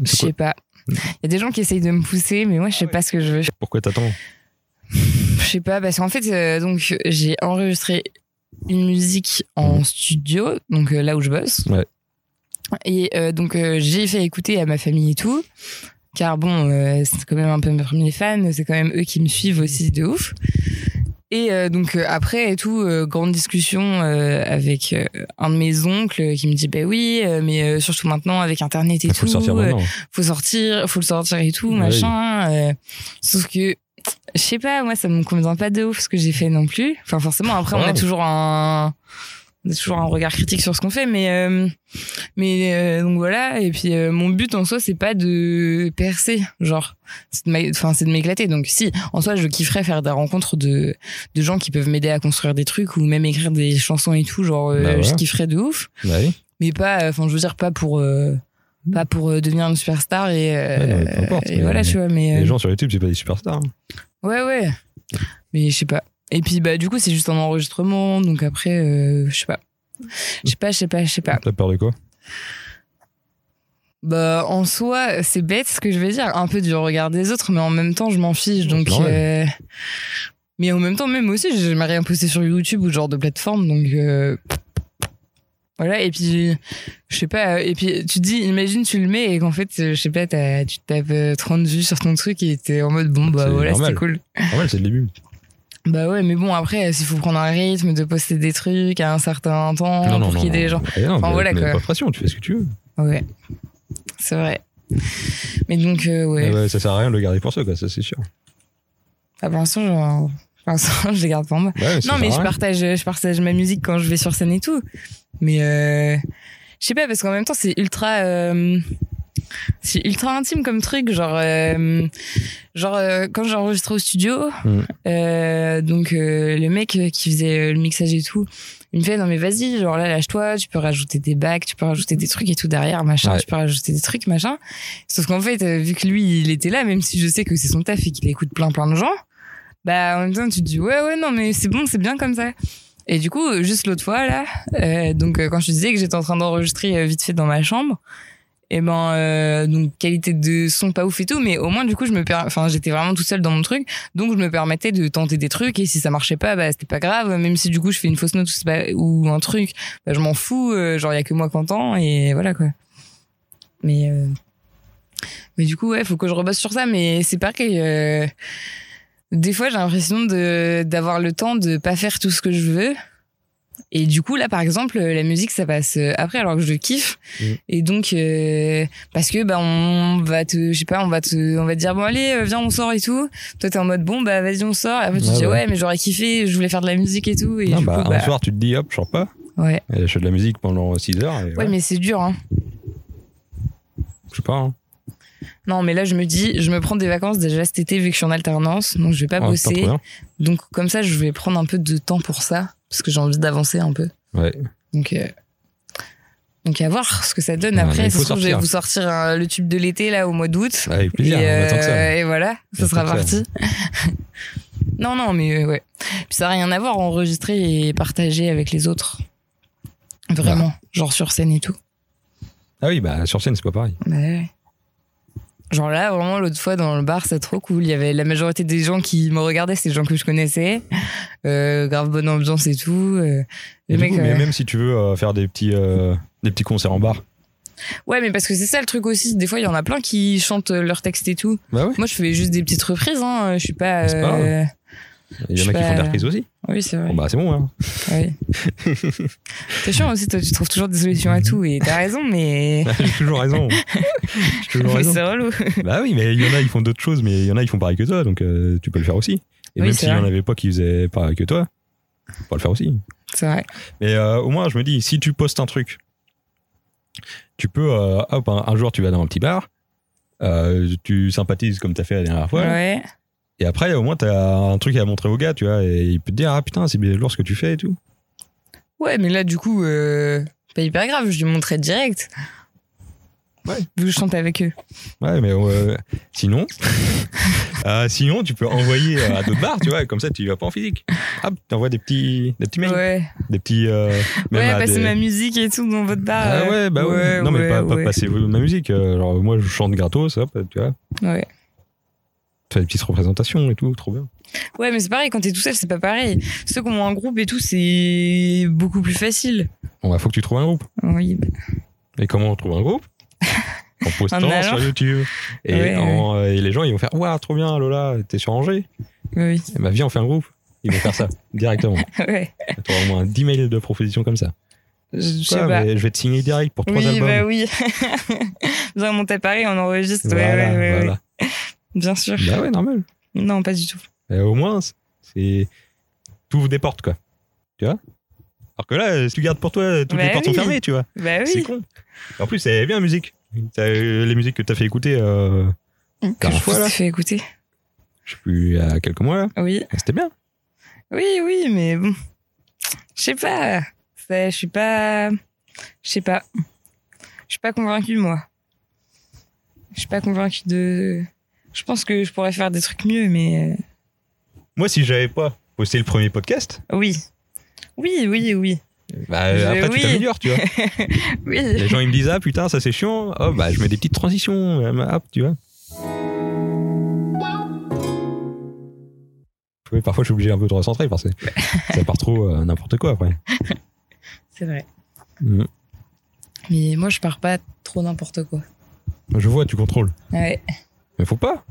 [SPEAKER 3] Je sais pas. Il y a des gens qui essayent de me pousser, mais moi, je sais pas ce que je veux.
[SPEAKER 1] Pourquoi t'attends
[SPEAKER 3] Je sais pas, parce qu'en fait, euh, donc j'ai enregistré une musique en studio, donc euh, là où je bosse.
[SPEAKER 1] Ouais.
[SPEAKER 3] Et euh, donc euh, j'ai fait écouter à ma famille et tout, car bon, euh, c'est quand même un peu mes premiers fans, c'est quand même eux qui me suivent aussi de ouf. Et euh, donc euh, après et tout, euh, grande discussion euh, avec euh, un de mes oncles qui me dit bah oui, euh, mais euh, surtout maintenant avec internet et
[SPEAKER 1] Il
[SPEAKER 3] tout,
[SPEAKER 1] Bah, faut le sortir
[SPEAKER 3] euh,
[SPEAKER 1] maintenant.
[SPEAKER 3] faut sortir, faut le sortir et tout,
[SPEAKER 1] Ouais.
[SPEAKER 3] machin. euh, sauf que, je sais pas, moi, ça me convient pas de ouf ce que j'ai fait non plus. Enfin, forcément, après, on a
[SPEAKER 1] Ouais.
[SPEAKER 3] toujours un, on a toujours un regard critique sur ce qu'on fait, mais, euh, mais euh, donc voilà. Et puis, euh, mon but en soi, c'est pas de percer, genre, c'est de m'a- enfin, c'est de m'éclater. Donc, si, en soi, je kifferais faire des rencontres de, de gens qui peuvent m'aider à construire des trucs ou même écrire des chansons et tout, genre, euh,
[SPEAKER 1] Bah ouais.
[SPEAKER 3] je kifferais de ouf
[SPEAKER 1] Ouais,
[SPEAKER 3] mais pas euh, enfin je veux dire pas pour euh, pas pour euh, devenir une superstar et, euh,
[SPEAKER 1] Hmm. Ouais, non, mais peu importe,
[SPEAKER 3] et
[SPEAKER 1] mais-
[SPEAKER 3] voilà tu vois mais euh,
[SPEAKER 1] Les gens sur YouTube, c'est pas des superstars. hein.
[SPEAKER 3] ouais ouais mais je sais pas et puis bah du coup c'est juste un enregistrement donc après euh, je sais pas je sais pas je sais pas je sais pas
[SPEAKER 1] T'as peur de quoi
[SPEAKER 3] bah en soi c'est bête ce que je vais dire un peu du regard des autres mais en même temps je m'en fiche donc
[SPEAKER 1] Quand
[SPEAKER 3] euh, mais en même temps même aussi j'aimerais rien poster sur YouTube ou ce genre de plateforme donc euh, Voilà, et puis, je sais pas, et puis tu te dis, imagine, tu le mets et qu'en fait, euh, je sais pas, t'as- tu te tapes euh, 30 vues sur ton truc et t'es en mode, bon, bah
[SPEAKER 1] C'est
[SPEAKER 3] voilà, c'était
[SPEAKER 1] normal.
[SPEAKER 3] cool.
[SPEAKER 1] Normal, Ah c'est le début.
[SPEAKER 3] Bah ouais, mais bon, après, euh, s'il faut prendre un rythme de poster des trucs à un certain temps pour qu'il y ait des gens.
[SPEAKER 1] Eh non,
[SPEAKER 3] Enfin,
[SPEAKER 1] mais-
[SPEAKER 3] voilà,
[SPEAKER 1] mais
[SPEAKER 3] quoi.
[SPEAKER 1] pas de pression, tu fais ce que tu veux.
[SPEAKER 3] Ouais, c'est vrai. Mais donc, euh, ouais.
[SPEAKER 1] Ah bah, ça sert à rien de le garder pour soi, quoi, ça c'est sûr.
[SPEAKER 3] Enfin, pour l'instant, genre, (laughs) pour l'instant, euh, je les garde pour moi.
[SPEAKER 1] Ouais, ça sert
[SPEAKER 3] Non, mais
[SPEAKER 1] à
[SPEAKER 3] je
[SPEAKER 1] rien.
[SPEAKER 3] partage, je partage ma musique quand je vais sur scène et tout. Mais euh, je sais pas, parce qu'en même temps, c'est ultra, euh, c'est ultra intime comme truc. Genre, euh, genre euh, quand j'ai enregistré au studio,
[SPEAKER 1] Mm.
[SPEAKER 3] euh, donc euh, le mec qui faisait euh, le mixage et tout, il me fait non mais vas-y, genre là lâche-toi, tu peux rajouter des bacs, tu peux rajouter des trucs et tout derrière, machin,
[SPEAKER 1] Ouais.
[SPEAKER 3] tu peux rajouter des trucs, machin. Sauf qu'en fait, euh, vu que lui, il était là, même si je sais que c'est son taf et qu'il écoute plein plein de gens, bah en même temps, tu te dis ouais, ouais, non, mais c'est bon, c'est bien comme ça. Et du coup, euh, juste l'autre fois, là, euh, donc euh, quand je te disais que j'étais en train d'enregistrer euh, vite fait dans ma chambre, et ben, euh, donc qualité de son pas ouf et tout, mais au moins, du coup, je me per- enfin, j'étais vraiment tout seul dans mon truc, donc je me permettais de tenter des trucs, et si ça marchait pas, bah c'était pas grave, même si du coup, je fais une fausse note ou, c'est pas- ou un truc, bah, je m'en fous, euh, genre, il y a que moi qui entends, et voilà, quoi. Mais, euh, mais du coup, ouais, faut que je rebosse sur ça, mais c'est pareil. Euh, des fois, j'ai l'impression de d'avoir le temps de pas faire tout ce que je veux. Et du coup, là, par exemple, la musique, ça passe euh, après, alors que je le kiffe.
[SPEAKER 1] Mm.
[SPEAKER 3] Et donc, euh, parce que, bah, on va te, je sais pas, on va te, on va te dire, bon, allez, euh, viens, on sort et tout. Toi, t'es en mode, bon, bah, vas-y, on sort. Et après, tu
[SPEAKER 1] Ouais,
[SPEAKER 3] te dis,
[SPEAKER 1] ouais.
[SPEAKER 3] ouais, mais j'aurais kiffé, je voulais faire de la musique et tout. Et
[SPEAKER 1] Non,
[SPEAKER 3] du
[SPEAKER 1] bah,
[SPEAKER 3] coup,
[SPEAKER 1] un
[SPEAKER 3] bah,
[SPEAKER 1] soir, tu te dis, hop, je sors pas.
[SPEAKER 3] ouais. ouais.
[SPEAKER 1] Et je fais de la musique pendant 6 heures. Et voilà.
[SPEAKER 3] mais c'est dur, hein.
[SPEAKER 1] Je sais pas. hein.
[SPEAKER 3] Non, mais là, je me dis, je me prends des vacances déjà cet été, vu que je suis en alternance, donc je vais pas
[SPEAKER 1] Ouais, hein. c'est
[SPEAKER 3] bosser.
[SPEAKER 1] trop bien.
[SPEAKER 3] Donc comme ça, je vais prendre un peu de temps pour ça, parce que j'ai envie d'avancer un peu.
[SPEAKER 1] Ouais.
[SPEAKER 3] Donc, euh, donc à voir ce que ça donne
[SPEAKER 1] Ouais, mais
[SPEAKER 3] après.
[SPEAKER 1] il
[SPEAKER 3] Ça
[SPEAKER 1] faut
[SPEAKER 3] se trouve, je vais
[SPEAKER 1] sortir.
[SPEAKER 3] vous sortir euh, le tube de l'été là au mois d'août.
[SPEAKER 1] Avec
[SPEAKER 3] Et,
[SPEAKER 1] plaisir, hein, on attend que ça.
[SPEAKER 3] euh, et voilà,
[SPEAKER 1] On
[SPEAKER 3] ça sera
[SPEAKER 1] attend que ça.
[SPEAKER 3] parti. (laughs) non, non, mais euh, ouais. Puis ça n'a rien à voir enregistrer et partager avec les autres. Vraiment, genre sur scène et tout.
[SPEAKER 1] Ah oui, bah sur scène, c'est pas pareil.
[SPEAKER 3] Bah ouais. Genre là, vraiment, l'autre fois dans le bar, c'est trop cool. Il y avait la majorité des gens qui me regardaient, c'est des gens que je connaissais. Euh, grave bonne ambiance et tout. Euh,
[SPEAKER 1] Et
[SPEAKER 3] les
[SPEAKER 1] du
[SPEAKER 3] mecs,
[SPEAKER 1] coup, mais
[SPEAKER 3] euh,
[SPEAKER 1] même si tu veux euh, faire des petits, euh, des petits concerts en bar.
[SPEAKER 3] Ouais, mais parce que c'est ça le truc aussi. Des fois, il y en a plein qui chantent euh, leurs textes et tout.
[SPEAKER 1] Bah ouais.
[SPEAKER 3] Moi, je fais juste des petites reprises. Hein. Je suis pas.
[SPEAKER 1] C'est pas
[SPEAKER 3] euh,
[SPEAKER 1] Il y
[SPEAKER 3] Je
[SPEAKER 1] en a
[SPEAKER 3] sais
[SPEAKER 1] qui
[SPEAKER 3] pas,
[SPEAKER 1] font des
[SPEAKER 3] euh,
[SPEAKER 1] reprises aussi.
[SPEAKER 3] Oui, c'est vrai.
[SPEAKER 1] Bon, bah c'est bon,
[SPEAKER 3] (laughs)
[SPEAKER 1] hein. (laughs)
[SPEAKER 3] Ouais. T'es chiant aussi, toi. Tu trouves toujours des solutions à tout et t'as raison, mais.
[SPEAKER 1] J'ai toujours raison.
[SPEAKER 3] (laughs)
[SPEAKER 1] J'ai toujours
[SPEAKER 3] mais
[SPEAKER 1] raison.
[SPEAKER 3] c'est relou.
[SPEAKER 1] Bah oui, mais il y en a, ils font d'autres choses, mais il y en a, ils font pareil que toi, donc euh, tu peux le faire aussi. Et
[SPEAKER 3] Oui,
[SPEAKER 1] même
[SPEAKER 3] c'est
[SPEAKER 1] s'il y en
[SPEAKER 3] vrai.
[SPEAKER 1] avait pas qui faisaient pareil que toi, tu peux le faire aussi.
[SPEAKER 3] C'est vrai.
[SPEAKER 1] Mais euh, au moins, je me dis, si tu postes un truc, tu peux, euh, hop, un, un jour, tu vas dans un petit bar, euh, tu sympathises comme t'as fait la dernière fois,
[SPEAKER 3] Ouais.
[SPEAKER 1] et après, au moins, t'as un truc à montrer au gars, tu vois, et il peut te dire, ah putain, c'est bien lourd ce que tu fais et tout.
[SPEAKER 3] Ouais, mais là, du coup, euh, pas hyper grave. Je lui montrais direct.
[SPEAKER 1] Ouais.
[SPEAKER 3] Vu que je chante avec eux.
[SPEAKER 1] Ouais, mais euh, sinon, (laughs) euh, sinon, tu peux envoyer euh, à d'autres bars, tu vois, comme ça, tu y vas pas en physique. Hop, t'envoies des petits, des petits mails,
[SPEAKER 3] ouais.
[SPEAKER 1] des petits. euh, même
[SPEAKER 3] Ouais, bah,
[SPEAKER 1] à
[SPEAKER 3] passer
[SPEAKER 1] des-
[SPEAKER 3] ma musique et tout dans votre bar.
[SPEAKER 1] Ah ouais, bah ouais. non, mais pas, pas
[SPEAKER 3] ouais.
[SPEAKER 1] passer ma musique. euh, genre, moi, je chante gratos, hop, tu vois.
[SPEAKER 3] Ouais.
[SPEAKER 1] Tu fais des petites représentations et tout, trop bien.
[SPEAKER 3] Ouais, mais c'est pareil, quand t'es tout seul, c'est pas pareil. Ceux qui ont un groupe et tout, c'est beaucoup plus facile.
[SPEAKER 1] Bon, bah, faut que tu trouves un groupe.
[SPEAKER 3] Oui, bah,
[SPEAKER 1] Et comment on trouve un groupe
[SPEAKER 3] (laughs)
[SPEAKER 1] En postant
[SPEAKER 3] allant.
[SPEAKER 1] sur YouTube. Et,
[SPEAKER 3] Ouais,
[SPEAKER 1] en- euh, et les gens, ils vont faire Waouh, trop bien, Lola, t'es sur Angers.
[SPEAKER 3] bah oui. (laughs)
[SPEAKER 1] Et bah, viens, on fait un groupe. Ils vont faire ça (laughs) directement.
[SPEAKER 3] Ouais,
[SPEAKER 1] T'auras au moins 10 mails de propositions comme ça.
[SPEAKER 3] je je sais
[SPEAKER 1] Quoi,
[SPEAKER 3] pas.
[SPEAKER 1] mais je vais te signer direct pour trois
[SPEAKER 3] Oui,
[SPEAKER 1] albums.
[SPEAKER 3] bah oui. (laughs) Viens, on monte à Paris, on enregistre. Ouais,
[SPEAKER 1] Voilà,
[SPEAKER 3] ouais, ouais,
[SPEAKER 1] voilà.
[SPEAKER 3] ouais. Bien sûr.
[SPEAKER 1] Bah ouais, normal.
[SPEAKER 3] Non, pas du tout.
[SPEAKER 1] Euh, au moins, c'est. T'ouvres des portes, quoi. Tu vois Alors que là, euh, si tu gardes pour toi, toutes les
[SPEAKER 3] Bah
[SPEAKER 1] portes sont
[SPEAKER 3] oui.
[SPEAKER 1] fermées, tu vois.
[SPEAKER 3] Bah
[SPEAKER 1] C'est
[SPEAKER 3] oui.
[SPEAKER 1] con. En plus, c'est bien la musique. T'as, euh, les musiques que t'as fait écouter, euh,
[SPEAKER 3] Que je
[SPEAKER 1] Dernière fois,
[SPEAKER 3] vous
[SPEAKER 1] là.
[SPEAKER 3] ai fait écouter.
[SPEAKER 1] je sais plus, il y a quelques mois, là.
[SPEAKER 3] Oui,
[SPEAKER 1] C'était bien.
[SPEAKER 3] oui, oui, mais bon. Je sais pas. Ça, Je suis pas. Je sais pas. Je suis pas convaincue, moi. Je suis pas convaincue de. Je pense que je pourrais faire des trucs mieux, mais. euh,
[SPEAKER 1] Moi, si j'avais pas posté le premier podcast,
[SPEAKER 3] euh, Oui. Oui, oui, oui.
[SPEAKER 1] bah, euh,
[SPEAKER 3] Je-
[SPEAKER 1] après, tu
[SPEAKER 3] oui.
[SPEAKER 1] t'améliores, tu vois. les
[SPEAKER 3] Oui.
[SPEAKER 1] gens, ils me disent, ah putain, ça c'est chiant. Oh, bah, je mets des petites transitions. euh, Hop, tu vois. Oui, parfois, je suis obligé un peu de recentrer parce que
[SPEAKER 3] (laughs)
[SPEAKER 1] ça part trop euh, n'importe quoi après.
[SPEAKER 3] C'est vrai.
[SPEAKER 1] Mm.
[SPEAKER 3] Mais moi, je pars pas trop n'importe quoi.
[SPEAKER 1] Je vois, tu contrôles.
[SPEAKER 3] Ouais.
[SPEAKER 1] Mais faut pas.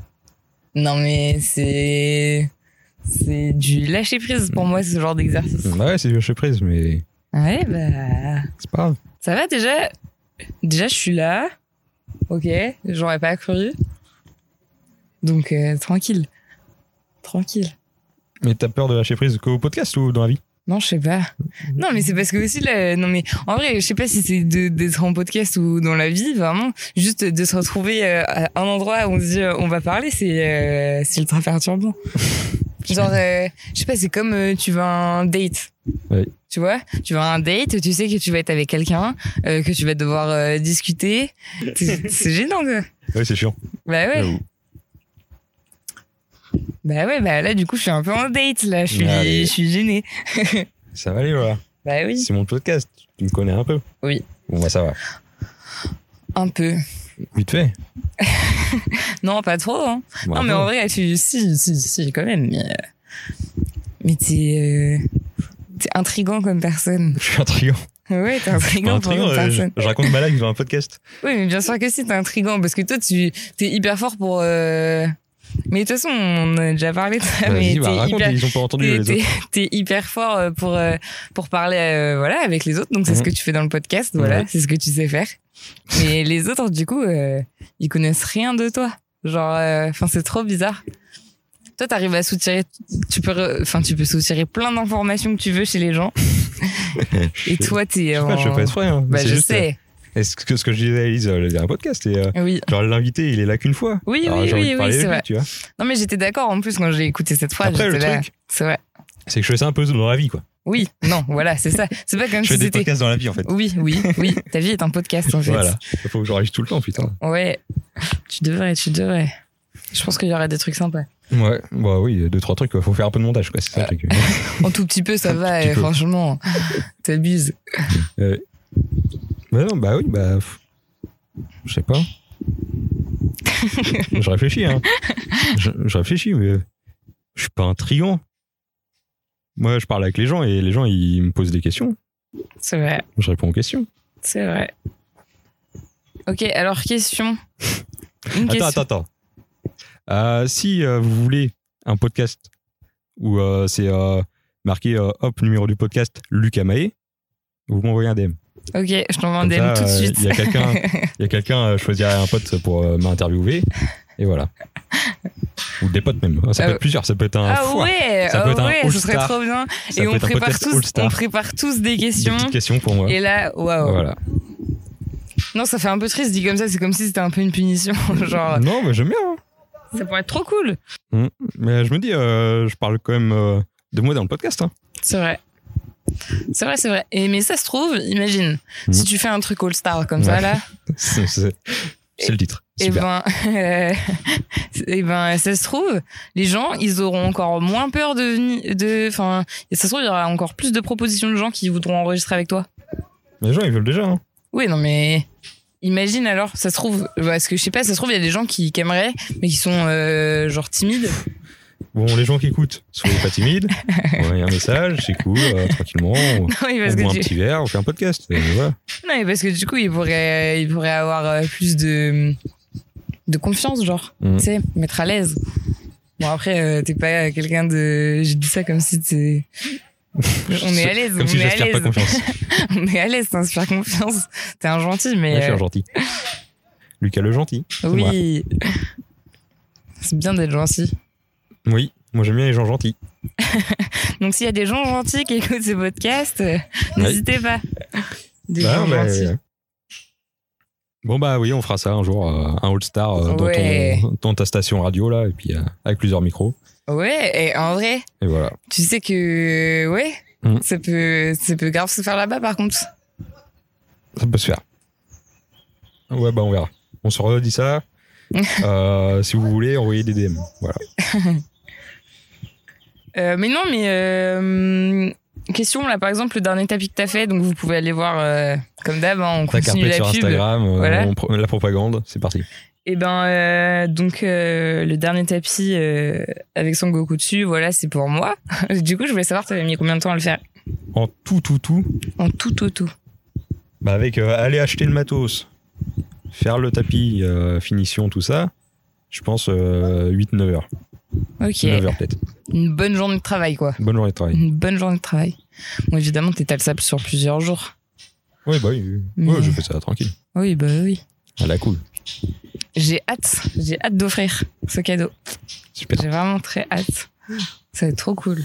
[SPEAKER 3] Non, mais c'est. C'est du lâcher prise pour moi, ce genre d'exercice.
[SPEAKER 1] Bah ouais, c'est du lâcher prise, mais
[SPEAKER 3] Ouais, bah.
[SPEAKER 1] c'est pas grave.
[SPEAKER 3] Ça va déjà. Déjà, je suis là. Ok, j'aurais pas cru. Donc euh, tranquille. Tranquille.
[SPEAKER 1] Mais t'as peur de lâcher prise qu'au podcast ou dans la vie
[SPEAKER 3] Non, je sais pas. Non, mais c'est parce que aussi, là, non, mais en vrai, je sais pas si c'est de- d'être en podcast ou dans la vie, vraiment. Juste de se retrouver euh, à un endroit où on se dit euh, on va parler, c'est euh, c'est
[SPEAKER 1] (laughs)
[SPEAKER 3] ultra perturbant. Genre, euh, je sais pas, c'est comme euh, tu vas à un date.
[SPEAKER 1] Oui.
[SPEAKER 3] Tu vois, tu vas à un date, tu sais que tu vas être avec quelqu'un, euh, que tu vas devoir euh, discuter. C'est c'est gênant, quoi.
[SPEAKER 1] Ouais, c'est chiant.
[SPEAKER 3] Bah ouais.
[SPEAKER 1] J'avoue.
[SPEAKER 3] Bah ouais, bah là, du coup, je suis un peu en date, là. Je suis,
[SPEAKER 1] Allez.
[SPEAKER 3] je suis gênée.
[SPEAKER 1] Ça va aller, voilà.
[SPEAKER 3] Bah oui.
[SPEAKER 1] C'est mon podcast. Tu me connais un peu.
[SPEAKER 3] Oui.
[SPEAKER 1] Bon, bah, ça va.
[SPEAKER 3] Un peu.
[SPEAKER 1] Vite fait.
[SPEAKER 3] Non, pas trop, hein.
[SPEAKER 1] Bon,
[SPEAKER 3] non,
[SPEAKER 1] un
[SPEAKER 3] mais
[SPEAKER 1] peu.
[SPEAKER 3] en vrai, tu, si, si, si, quand même. Mais, euh, mais t'es, euh, t'es intriguant comme personne. (laughs)
[SPEAKER 1] Je suis intriguant.
[SPEAKER 3] Ouais, t'es
[SPEAKER 1] Je suis pas
[SPEAKER 3] intriguant pour
[SPEAKER 1] intriguant,
[SPEAKER 3] comme
[SPEAKER 1] euh, je,
[SPEAKER 3] personne.
[SPEAKER 1] je raconte ma life dans un podcast.
[SPEAKER 3] Oui, mais bien sûr que si, t'es intriguant. Parce que toi, tu, t'es hyper fort pour, euh, mais de toute façon, on a déjà parlé de ça, Ah, mais
[SPEAKER 1] Vas-y, bah,
[SPEAKER 3] t'es
[SPEAKER 1] raconte,
[SPEAKER 3] hyper,
[SPEAKER 1] ils ont pas entendu
[SPEAKER 3] T'es-
[SPEAKER 1] les autres.
[SPEAKER 3] (laughs) t'es hyper fort euh, pour euh, pour parler euh, voilà avec les autres donc c'est ce
[SPEAKER 1] Mhm.
[SPEAKER 3] que tu fais dans le podcast voilà
[SPEAKER 1] Ouais.
[SPEAKER 3] c'est ce que tu sais faire
[SPEAKER 1] (laughs)
[SPEAKER 3] mais les autres du coup euh, ils connaissent rien de toi genre euh, enfin c'est trop bizarre toi t'arrives à soutirer tu peux enfin tu peux soutirer plein d'informations que tu veux chez les gens et
[SPEAKER 1] Je-
[SPEAKER 3] toi t'es
[SPEAKER 1] Je sais pas, je fais
[SPEAKER 3] en-
[SPEAKER 1] pas exprès. Hein.
[SPEAKER 3] bah
[SPEAKER 1] C'est
[SPEAKER 3] je
[SPEAKER 1] juste,
[SPEAKER 3] sais
[SPEAKER 1] euh, Est-ce que ce que je disais à Elise, euh, le dernier podcast, et euh,
[SPEAKER 3] oui
[SPEAKER 1] genre l'invité, il est là qu'une fois.
[SPEAKER 3] Oui,
[SPEAKER 1] Alors,
[SPEAKER 3] oui,
[SPEAKER 1] j'ai envie
[SPEAKER 3] oui,
[SPEAKER 1] de
[SPEAKER 3] oui,
[SPEAKER 1] parler
[SPEAKER 3] c'est
[SPEAKER 1] avec lui,
[SPEAKER 3] vrai.
[SPEAKER 1] tu vois.
[SPEAKER 3] non mais j'étais d'accord en plus quand j'ai écouté cette fois
[SPEAKER 1] Après, le
[SPEAKER 3] j'étais là
[SPEAKER 1] truc,
[SPEAKER 3] c'est vrai
[SPEAKER 1] c'est que je fais ça un peu dans la vie, quoi.
[SPEAKER 3] oui non voilà c'est ça c'est pas comme
[SPEAKER 1] Je fais
[SPEAKER 3] si
[SPEAKER 1] des
[SPEAKER 3] c'était
[SPEAKER 1] podcasts dans la vie, en fait.
[SPEAKER 3] oui oui
[SPEAKER 1] (laughs)
[SPEAKER 3] oui ta vie est un podcast en fait
[SPEAKER 1] Voilà. Faut que je réagisse tout le temps, putain.
[SPEAKER 3] Ouais, tu devrais, tu devrais. Je pense qu'il y aurait des trucs sympas.
[SPEAKER 1] Ouais, bah oui, deux, trois trucs, quoi. faut faire un peu de montage, quoi. C'est ça, le truc.
[SPEAKER 3] En tout petit peu, ça va,
[SPEAKER 1] petit
[SPEAKER 3] eh,
[SPEAKER 1] peu.
[SPEAKER 3] franchement. T'abuses.
[SPEAKER 1] Bah Euh, non, bah oui, bah. pff. Je sais pas. je réfléchis, hein. Je, je réfléchis, mais euh, je suis pas un triant. Moi, je parle avec les gens et les gens, ils me posent des questions.
[SPEAKER 3] C'est vrai,
[SPEAKER 1] Je réponds aux questions.
[SPEAKER 3] c'est vrai. Ok, alors question. Une
[SPEAKER 1] Attends,
[SPEAKER 3] question.
[SPEAKER 1] attends, attends. Euh, si euh, vous voulez un podcast où euh, c'est euh, marqué euh, hop, numéro du podcast Lucas Maé, vous m'envoyez un DM.
[SPEAKER 3] Ok, je t'envoie un
[SPEAKER 1] Comme ça,
[SPEAKER 3] DM tout de
[SPEAKER 1] euh,
[SPEAKER 3] suite.
[SPEAKER 1] Il y a quelqu'un, il y a quelqu'un, euh, je choisirai un pote pour euh, m'interviewer. Et voilà. Ou des potes même. Ça peut
[SPEAKER 3] Ah ouais.
[SPEAKER 1] être plusieurs, ça peut être un
[SPEAKER 3] ah
[SPEAKER 1] foie.
[SPEAKER 3] ouais,
[SPEAKER 1] Ça peut
[SPEAKER 3] ah
[SPEAKER 1] être un
[SPEAKER 3] ouais, ce serait
[SPEAKER 1] All-Star.
[SPEAKER 3] trop bien.
[SPEAKER 1] Ça
[SPEAKER 3] et
[SPEAKER 1] peut
[SPEAKER 3] on
[SPEAKER 1] être un
[SPEAKER 3] prépare,
[SPEAKER 1] podcast
[SPEAKER 3] tous, on
[SPEAKER 1] All-Star.
[SPEAKER 3] prépare tous des
[SPEAKER 1] Des
[SPEAKER 3] questions.
[SPEAKER 1] petites questions pour moi.
[SPEAKER 3] Et oh, là, waouh.
[SPEAKER 1] Voilà.
[SPEAKER 3] Non, ça fait un peu triste dit comme ça, c'est comme si c'était un peu une punition. (laughs) Genre,
[SPEAKER 1] Non, mais j'aime bien. hein.
[SPEAKER 3] ça pourrait être trop cool.
[SPEAKER 1] Mais je me dis, euh, je parle quand même euh, de moi dans le podcast. hein. (laughs)
[SPEAKER 3] C'est vrai. C'est vrai, c'est vrai. Et, mais ça se trouve, imagine,
[SPEAKER 1] Mhm.
[SPEAKER 3] si tu fais un truc all-star comme ça,
[SPEAKER 1] Ouais.
[SPEAKER 3] là,
[SPEAKER 1] C'est c'est- c'est le titre.
[SPEAKER 3] et
[SPEAKER 1] Super.
[SPEAKER 3] ben, (laughs) euh, eh ben, ça se trouve, les gens, ils auront encore moins peur de venir, de, enfin, et ça se trouve, il y aura encore plus de propositions de gens qui voudront enregistrer avec toi.
[SPEAKER 1] Les gens, ils veulent déjà. hein.
[SPEAKER 3] Oui, non, mais imagine alors, ça se trouve, parce que je sais pas, ça se trouve, il y a des gens qui, qui aimeraient, mais qui sont, euh, genre timides. (laughs)
[SPEAKER 1] Bon, les gens qui écoutent, soyez pas timides. Envoyez un message, c'est cool, euh,
[SPEAKER 3] (laughs)
[SPEAKER 1] tranquillement. On,
[SPEAKER 3] Non, mais
[SPEAKER 1] on
[SPEAKER 3] parce que
[SPEAKER 1] boit un
[SPEAKER 3] tu-
[SPEAKER 1] petit verre, on fait un podcast. et voilà.
[SPEAKER 3] Non, mais parce que du coup, il pourrait, il pourrait avoir euh, plus de, de confiance, genre,
[SPEAKER 1] Mhm.
[SPEAKER 3] tu sais, mettre à l'aise. Bon, après, euh, t'es pas quelqu'un de. J'ai dit ça comme
[SPEAKER 1] (laughs)
[SPEAKER 3] si t'es. On est à l'aise, on
[SPEAKER 1] Comme si
[SPEAKER 3] est à
[SPEAKER 1] j'aspire pas
[SPEAKER 3] l'aise.
[SPEAKER 1] confiance.
[SPEAKER 3] (laughs) On est à l'aise, t'inspires confiance. T'es un gentil,
[SPEAKER 1] Ouais, je
[SPEAKER 3] mais.
[SPEAKER 1] suis un gentil. Lucas le gentil.
[SPEAKER 3] euh,
[SPEAKER 1] moi.
[SPEAKER 3] oui. C'est bien d'être gentil.
[SPEAKER 1] Oui, moi j'aime bien les gens gentils.
[SPEAKER 3] Donc, s'il y a des gens gentils qui écoutent ce podcast, euh,
[SPEAKER 1] Oui.
[SPEAKER 3] n'hésitez pas. Des
[SPEAKER 1] Bah,
[SPEAKER 3] gens
[SPEAKER 1] bah,
[SPEAKER 3] gentils.
[SPEAKER 1] euh, Bon bah oui, on fera ça un jour, euh, un All Star euh, dans,
[SPEAKER 3] Ouais.
[SPEAKER 1] ton- dans ta station radio là, et puis euh, avec plusieurs micros.
[SPEAKER 3] Ouais, et en vrai,
[SPEAKER 1] Et voilà.
[SPEAKER 3] tu sais que. Ouais,
[SPEAKER 1] Mhm.
[SPEAKER 3] ça, peut, ça peut grave se faire là-bas, par contre.
[SPEAKER 1] Ça peut se faire. Ouais bah on verra. On se redit
[SPEAKER 3] (laughs)
[SPEAKER 1] ça. Euh, si vous voulez, envoyez des DM. Voilà.
[SPEAKER 3] Euh, mais non, mais euh, question là, par exemple, le dernier tapis que t'as fait, donc vous pouvez aller voir euh, comme d'hab, hein, on
[SPEAKER 1] Tac
[SPEAKER 3] continue
[SPEAKER 1] Arpète
[SPEAKER 3] la
[SPEAKER 1] sur
[SPEAKER 3] pub.
[SPEAKER 1] Instagram, euh,
[SPEAKER 3] Voilà.
[SPEAKER 1] on pro- la propagande, c'est parti.
[SPEAKER 3] Et ben euh, donc euh, le dernier tapis euh, avec son Goku dessus, voilà, c'est pour moi. (laughs) du coup, je voulais savoir, t'avais mis combien de temps à le faire
[SPEAKER 1] En tout, tout, tout,
[SPEAKER 3] En tout, tout, tout.
[SPEAKER 1] bah avec euh, aller acheter le matos, faire le tapis, euh, finition, tout ça, je pense 8-9 heures.
[SPEAKER 3] Ok,
[SPEAKER 1] 9 heures peut-être.
[SPEAKER 3] une bonne journée de travail quoi.
[SPEAKER 1] Bonne journée de travail.
[SPEAKER 3] Une bonne journée de travail. Bon, évidemment, t'étales ça sur plusieurs jours.
[SPEAKER 1] Ouais, bah oui. oui.
[SPEAKER 3] Mais-
[SPEAKER 1] Ouais, je fais ça tranquille.
[SPEAKER 3] Oui, bah oui.
[SPEAKER 1] À la cool.
[SPEAKER 3] J'ai hâte, j'ai hâte d'offrir ce cadeau.
[SPEAKER 1] Super.
[SPEAKER 3] J'ai vraiment très hâte. Ça va être trop cool.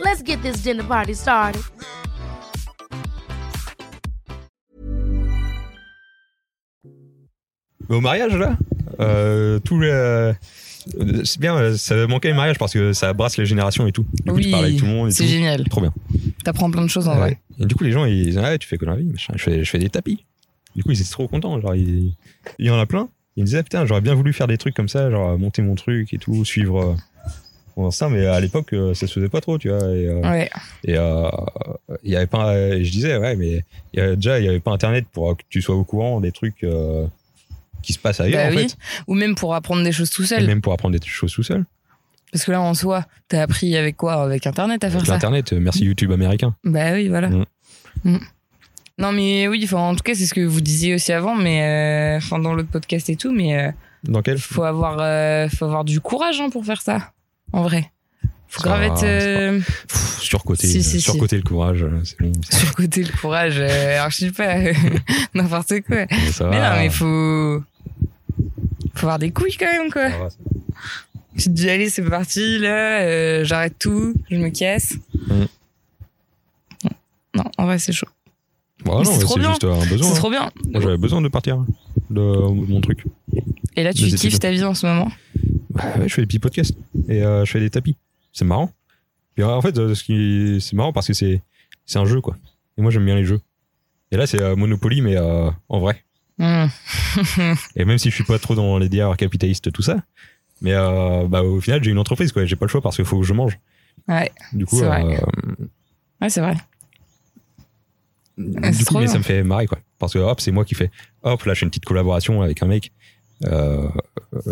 [SPEAKER 2] Let's get this dinner party started.
[SPEAKER 1] Mais au mariage, là, euh, tout le. euh, C'est bien, euh, ça manquait les mariages parce que ça brasse les générations et tout. Du coup, tu parles avec tout le monde et
[SPEAKER 3] c'est
[SPEAKER 1] tout.
[SPEAKER 3] génial.
[SPEAKER 1] Trop bien.
[SPEAKER 3] T'apprends plein de choses en vrai.
[SPEAKER 1] Ouais. Et du coup, les gens, ils disent Ah, tu fais quoi dans la vie machin je fais, je fais des tapis. Du coup, ils étaient trop contents. Genre, ils- il y en a plein. Ils me disaient Ah, Putain, j'aurais bien voulu faire des trucs comme ça, genre monter mon truc et tout, suivre. euh, bon, ça, mais à l'époque, euh, ça se faisait pas trop, tu vois. Et, euh,
[SPEAKER 3] Ouais.
[SPEAKER 1] et euh, il y avait pas, euh, je disais, ouais, mais il y a- déjà, il y avait pas Internet pour euh, que tu sois au courant des trucs euh, qui se passent ailleurs,
[SPEAKER 3] Bah
[SPEAKER 1] en
[SPEAKER 3] oui.
[SPEAKER 1] fait.
[SPEAKER 3] Ou même pour apprendre des choses tout
[SPEAKER 1] Et
[SPEAKER 3] seul.
[SPEAKER 1] même pour apprendre des choses tout seul.
[SPEAKER 3] Parce que là, en soi, t'as appris avec quoi Avec Internet à faire
[SPEAKER 1] Avec
[SPEAKER 3] ça.
[SPEAKER 1] Internet, euh, merci YouTube américain.
[SPEAKER 3] Bah oui, voilà.
[SPEAKER 1] Mm.
[SPEAKER 3] Mm. Non, mais oui, enfin, en tout cas, c'est ce que vous disiez aussi avant, mais euh, enfin, dans l'autre podcast et tout, mais euh,
[SPEAKER 1] Dans quel
[SPEAKER 3] faut avoir, euh, faut avoir du courage hein, pour faire ça, en vrai. Faut
[SPEAKER 1] Ça
[SPEAKER 3] grave
[SPEAKER 1] va,
[SPEAKER 3] être
[SPEAKER 1] ça va.
[SPEAKER 3] euh,
[SPEAKER 1] Pff, surcoté,
[SPEAKER 3] Si, si, si.
[SPEAKER 1] surcoté le courage, euh, c'est bon. ça-
[SPEAKER 3] (laughs) sur côté le courage. euh, alors je sais pas, (laughs) euh, n'importe quoi.
[SPEAKER 1] ça
[SPEAKER 3] Mais
[SPEAKER 1] va.
[SPEAKER 3] non, mais faut, faut avoir des couilles quand même, quoi.
[SPEAKER 1] Ça va, ça va.
[SPEAKER 3] Tu te dis allez, c'est parti, là, euh, j'arrête tout, je me casse.
[SPEAKER 1] Mm.
[SPEAKER 3] Non, en vrai, c'est chaud.
[SPEAKER 1] Bon, non,
[SPEAKER 3] Mais c'est
[SPEAKER 1] mais
[SPEAKER 3] trop
[SPEAKER 1] c'est
[SPEAKER 3] bien.
[SPEAKER 1] juste euh, un besoin.
[SPEAKER 3] C'est
[SPEAKER 1] hein.
[SPEAKER 3] trop bien.
[SPEAKER 1] Moi, j'avais besoin de partir de mon truc.
[SPEAKER 3] Et là, tu
[SPEAKER 1] Des
[SPEAKER 3] kiffes
[SPEAKER 1] études.
[SPEAKER 3] ta vie en ce moment.
[SPEAKER 1] Bah ouais, je fais des petits podcasts et euh, je fais des tapis. C'est marrant. Puis, euh, en fait, euh, ce qui c'est marrant parce que c'est c'est un jeu quoi. Et moi j'aime bien les jeux. Et là c'est euh, Monopoly mais euh, en vrai.
[SPEAKER 3] Mm. (laughs)
[SPEAKER 1] Et même si je suis pas trop dans les dires capitalistes tout ça, mais euh, bah au final j'ai une entreprise quoi. J'ai pas le choix parce qu'il faut que je mange.
[SPEAKER 3] Ouais,
[SPEAKER 1] Du coup,
[SPEAKER 3] c'est vrai.
[SPEAKER 1] euh,
[SPEAKER 3] ouais c'est vrai. Ah, c'est
[SPEAKER 1] du coup
[SPEAKER 3] trop
[SPEAKER 1] mais
[SPEAKER 3] bien.
[SPEAKER 1] ça me fait marrer quoi. Parce que hop c'est moi qui fais. Hop là j'ai une petite collaboration avec un mec euh,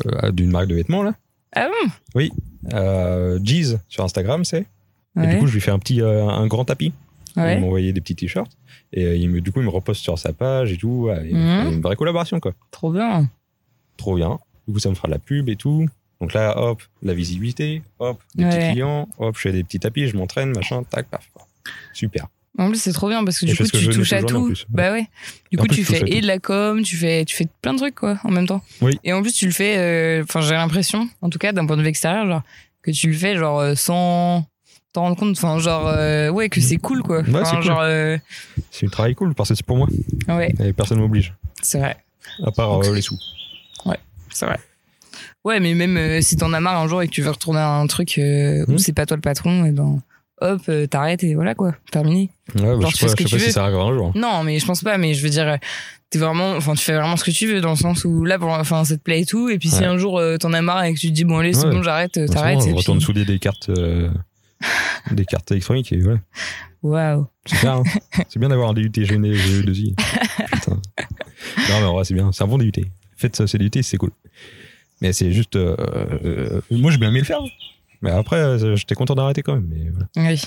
[SPEAKER 1] euh, d'une marque de vêtements là.
[SPEAKER 3] Ah bon
[SPEAKER 1] Euh, Jeez sur Instagram c'est. Et
[SPEAKER 3] ouais.
[SPEAKER 1] du coup, je lui fais un petit, euh, un grand tapis.
[SPEAKER 3] ouais.
[SPEAKER 1] Il m'envoyait des petits t-shirts. Et euh, il me, du coup, il me reposte sur sa page et tout. ouais, et il me
[SPEAKER 3] Mhm.
[SPEAKER 1] fait Une vraie collaboration, quoi.
[SPEAKER 3] Trop bien.
[SPEAKER 1] Trop bien. Du coup, ça me fera de la pub et tout. Donc là, hop, la visibilité, hop, des
[SPEAKER 3] Ouais.
[SPEAKER 1] petits clients, hop, je fais des petits tapis, je m'entraîne, machin, tac, paf. quoi. Super.
[SPEAKER 3] En plus, c'est trop bien parce que
[SPEAKER 1] Et
[SPEAKER 3] du
[SPEAKER 1] je fais
[SPEAKER 3] coup,
[SPEAKER 1] ce que
[SPEAKER 3] tu
[SPEAKER 1] je faisais
[SPEAKER 3] touches à
[SPEAKER 1] toute journée, en
[SPEAKER 3] tout.
[SPEAKER 1] plus.
[SPEAKER 3] Bah ouais. Du
[SPEAKER 1] Et en
[SPEAKER 3] coup,
[SPEAKER 1] plus,
[SPEAKER 3] tu
[SPEAKER 1] je touche
[SPEAKER 3] fais
[SPEAKER 1] à
[SPEAKER 3] et
[SPEAKER 1] tout.
[SPEAKER 3] de la com, tu fais, tu fais plein de trucs, quoi, en même temps.
[SPEAKER 1] Oui.
[SPEAKER 3] Et en plus, tu le fais, euh, enfin, j'ai l'impression, en tout cas, d'un point de vue extérieur, genre, que tu le fais, genre, euh, sans t'en rendre compte. Enfin, genre, euh, ouais, que c'est cool, quoi.
[SPEAKER 1] Ouais,
[SPEAKER 3] Enfin,
[SPEAKER 1] c'est cool.
[SPEAKER 3] genre, euh,
[SPEAKER 1] C'est un travail cool parce que c'est pour moi.
[SPEAKER 3] ouais,
[SPEAKER 1] Et personne ne m'oblige.
[SPEAKER 3] c'est vrai.
[SPEAKER 1] À part
[SPEAKER 3] Ok.
[SPEAKER 1] euh, les sous.
[SPEAKER 3] C'est vrai. Ouais, mais même euh, si t'en as marre un jour et que tu veux retourner à un truc euh, où
[SPEAKER 1] Mhm.
[SPEAKER 3] c'est pas toi le patron, et ben, hop, euh, t'arrêtes et voilà, quoi. Terminé.
[SPEAKER 1] Ouais, bah,
[SPEAKER 3] Genre,
[SPEAKER 1] je
[SPEAKER 3] tu fais
[SPEAKER 1] sais pas,
[SPEAKER 3] ce que
[SPEAKER 1] je sais
[SPEAKER 3] tu
[SPEAKER 1] pas si
[SPEAKER 3] veux.
[SPEAKER 1] ça arrivera un jour. hein.
[SPEAKER 3] Non, mais je pense pas. Mais je veux dire, euh, t'es vraiment, enfin, tu fais vraiment ce que tu veux dans le sens où là, pour, enfin, ça te plaît et tout. Et puis si
[SPEAKER 1] Ouais.
[SPEAKER 3] un jour euh, t'en as marre et que tu te dis bon allez, c'est
[SPEAKER 1] Ouais.
[SPEAKER 3] bon, j'arrête, euh,
[SPEAKER 1] En ce
[SPEAKER 3] t'arrêtes.
[SPEAKER 1] moment,
[SPEAKER 3] et
[SPEAKER 1] Je
[SPEAKER 3] puis-
[SPEAKER 1] retourne souder des cartes. euh, des cartes électroniques et voilà
[SPEAKER 3] Waouh.
[SPEAKER 1] c'est bien hein. c'est bien d'avoir un DUT gêné de vie E putain non mais en vrai c'est bien c'est un bon DUT faites ça, c'est DUT c'est cool mais c'est juste euh, euh, moi j'ai bien aimé le faire mais après euh, j'étais content d'arrêter quand même mais voilà.
[SPEAKER 3] Oui.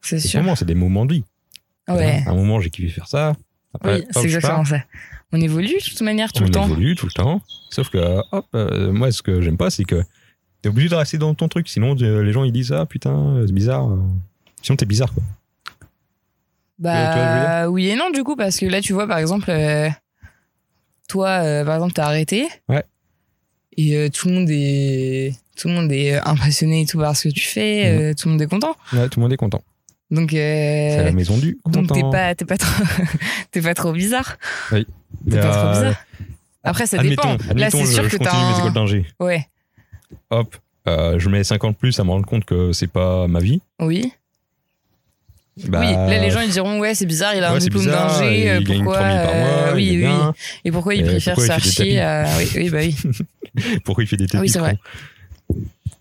[SPEAKER 3] C'est
[SPEAKER 1] c'est
[SPEAKER 3] sûr.
[SPEAKER 1] vraiment c'est des moments de vie
[SPEAKER 3] Ouais.
[SPEAKER 1] à un moment j'ai kiffé faire ça après
[SPEAKER 3] oui,
[SPEAKER 1] hop,
[SPEAKER 3] c'est
[SPEAKER 1] je pars.
[SPEAKER 3] exactement ça. On évolue de toute manière tout
[SPEAKER 1] on
[SPEAKER 3] le temps.
[SPEAKER 1] évolue tout le temps sauf que hop euh, moi ce que j'aime pas c'est que t'es obligé de rester dans ton truc sinon euh, les gens ils disent ah putain euh, c'est bizarre euh. sinon t'es bizarre quoi Tu vois, je veux
[SPEAKER 3] Bah oui et non du coup parce que là tu vois par exemple euh, toi euh, par exemple t'as arrêté.
[SPEAKER 1] Ouais.
[SPEAKER 3] Et euh, tout le monde
[SPEAKER 1] Mmh.
[SPEAKER 3] est tout le monde est euh, impressionné et tout par ce que tu fais, euh, tout le monde est content.
[SPEAKER 1] Ouais, tout le monde est content
[SPEAKER 3] Donc,
[SPEAKER 1] C'est la
[SPEAKER 3] euh,
[SPEAKER 1] maison du
[SPEAKER 3] donc t'es
[SPEAKER 1] content.
[SPEAKER 3] pas, t'es pas trop, (laughs) t'es pas trop bizarre.
[SPEAKER 1] Oui.
[SPEAKER 3] T'es pas trop
[SPEAKER 1] Euh,
[SPEAKER 3] bizarre. Après, ça
[SPEAKER 1] admettons,
[SPEAKER 3] dépend. Là,
[SPEAKER 1] admettons,
[SPEAKER 3] c'est sûr
[SPEAKER 1] je, je
[SPEAKER 3] que
[SPEAKER 1] continue mes
[SPEAKER 3] t'as.
[SPEAKER 1] écoles
[SPEAKER 3] Un...
[SPEAKER 1] d'ingé.
[SPEAKER 3] Ouais.
[SPEAKER 1] Hop, euh, je mets 50 plus à me rendre compte que c'est pas ma vie.
[SPEAKER 3] Oui.
[SPEAKER 1] Bah,
[SPEAKER 3] oui. Là, les gens ils diront ouais, c'est bizarre. Il a
[SPEAKER 1] ouais,
[SPEAKER 3] un
[SPEAKER 1] c'est
[SPEAKER 3] diplôme
[SPEAKER 1] bizarre,
[SPEAKER 3] d'ingé. euh,
[SPEAKER 1] il gagne
[SPEAKER 3] Pourquoi
[SPEAKER 1] 3000 par mois,
[SPEAKER 3] euh, Oui,
[SPEAKER 1] il est
[SPEAKER 3] oui.
[SPEAKER 1] bien.
[SPEAKER 3] Et pourquoi
[SPEAKER 1] Euh,
[SPEAKER 3] il préfère
[SPEAKER 1] pourquoi
[SPEAKER 3] se
[SPEAKER 1] il
[SPEAKER 3] faire
[SPEAKER 1] fait des
[SPEAKER 3] chier euh, Oui, oui, bah oui.
[SPEAKER 1] Pourquoi il fait des têtes
[SPEAKER 3] Ah oui,
[SPEAKER 1] de
[SPEAKER 3] c'est
[SPEAKER 1] con
[SPEAKER 3] vrai.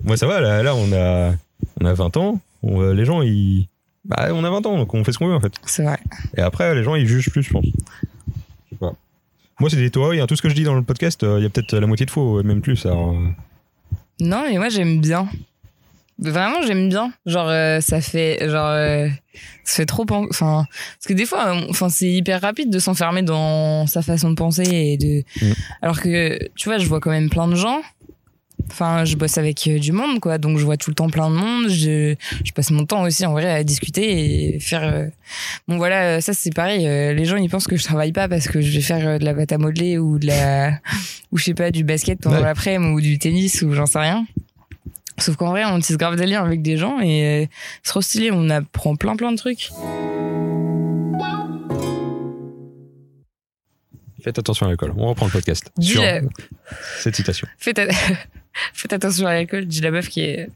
[SPEAKER 1] Ouais, ça va, là, là, on, a, on a 20 ans. On, euh, les gens, ils. Bah, on a 20 ans, donc on fait ce qu'on veut, en fait.
[SPEAKER 3] C'est vrai.
[SPEAKER 1] Et après, les gens, ils jugent plus, je pense. Je sais pas. Moi, c'est des théories. hein. Tout ce que je dis dans le podcast, euh, il y a peut-être la moitié de faux, et même plus. alors, euh,
[SPEAKER 3] Non, mais moi j'aime bien. Vraiment, j'aime bien. Genre, euh, ça fait, genre, euh, ça fait trop. pen- Enfin, parce que des fois, on- enfin, c'est hyper rapide de s'enfermer dans sa façon de penser et de.
[SPEAKER 1] Mm.
[SPEAKER 3] Alors que, tu vois, je vois quand même plein de gens. Enfin, je bosse avec euh, du monde, quoi. Donc, je vois tout le temps plein de monde. Je, je passe mon temps aussi, en vrai, à discuter et faire. euh, Bon, voilà, euh, ça c'est pareil. euh, les gens, ils pensent que je travaille pas parce que je vais faire euh, de la pâte à modeler ou de la, ou je sais pas, du basket pendant
[SPEAKER 1] Ouais.
[SPEAKER 3] l'après-midi ou du tennis ou j'en sais rien. Sauf qu'en vrai, on tisse grave des liens avec des gens et euh, c'est trop stylé. On apprend plein plein de trucs.
[SPEAKER 1] Faites attention à l'école. On reprend le podcast.
[SPEAKER 3] Dis
[SPEAKER 1] Sur
[SPEAKER 3] la-
[SPEAKER 1] cette citation.
[SPEAKER 3] Faites, a- (laughs) faites attention à l'alcool, dit la meuf qui est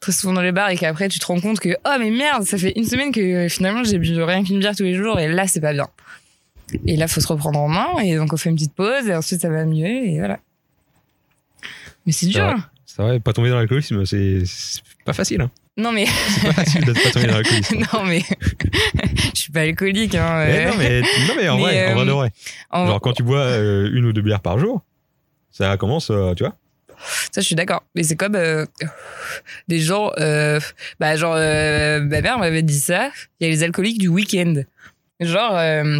[SPEAKER 3] très souvent dans les bars et qu'après tu te rends compte que oh mais merde, ça fait une semaine que euh, finalement j'ai bu rien qu'une bière tous les jours et là c'est pas bien. Et là faut se reprendre en main et donc on fait une petite pause et ensuite ça va mieux et voilà. Mais c'est dur.
[SPEAKER 1] vrai.
[SPEAKER 3] hein.
[SPEAKER 1] C'est vrai, pas tomber dans l'alcoolisme, c'est c'est pas facile. Hein.
[SPEAKER 3] Non mais (laughs)
[SPEAKER 1] C'est pas facile de pas tomber dans l'alcoolisme.
[SPEAKER 3] non mais (laughs) je suis pas alcoolique hein.
[SPEAKER 1] Mais
[SPEAKER 3] euh.
[SPEAKER 1] non, mais, non, mais en
[SPEAKER 3] Mais,
[SPEAKER 1] vrai, en vrai,
[SPEAKER 3] euh,
[SPEAKER 1] de vrai.
[SPEAKER 3] En-
[SPEAKER 1] Genre, quand tu bois euh, une ou deux bières par jour, ça commence, euh, tu vois.
[SPEAKER 3] Ça, je suis d'accord. Mais c'est comme euh, (laughs) des gens. euh, bah, genre, euh, ma mère m'avait dit ça. Il y a les alcooliques du week-end. Genre, euh,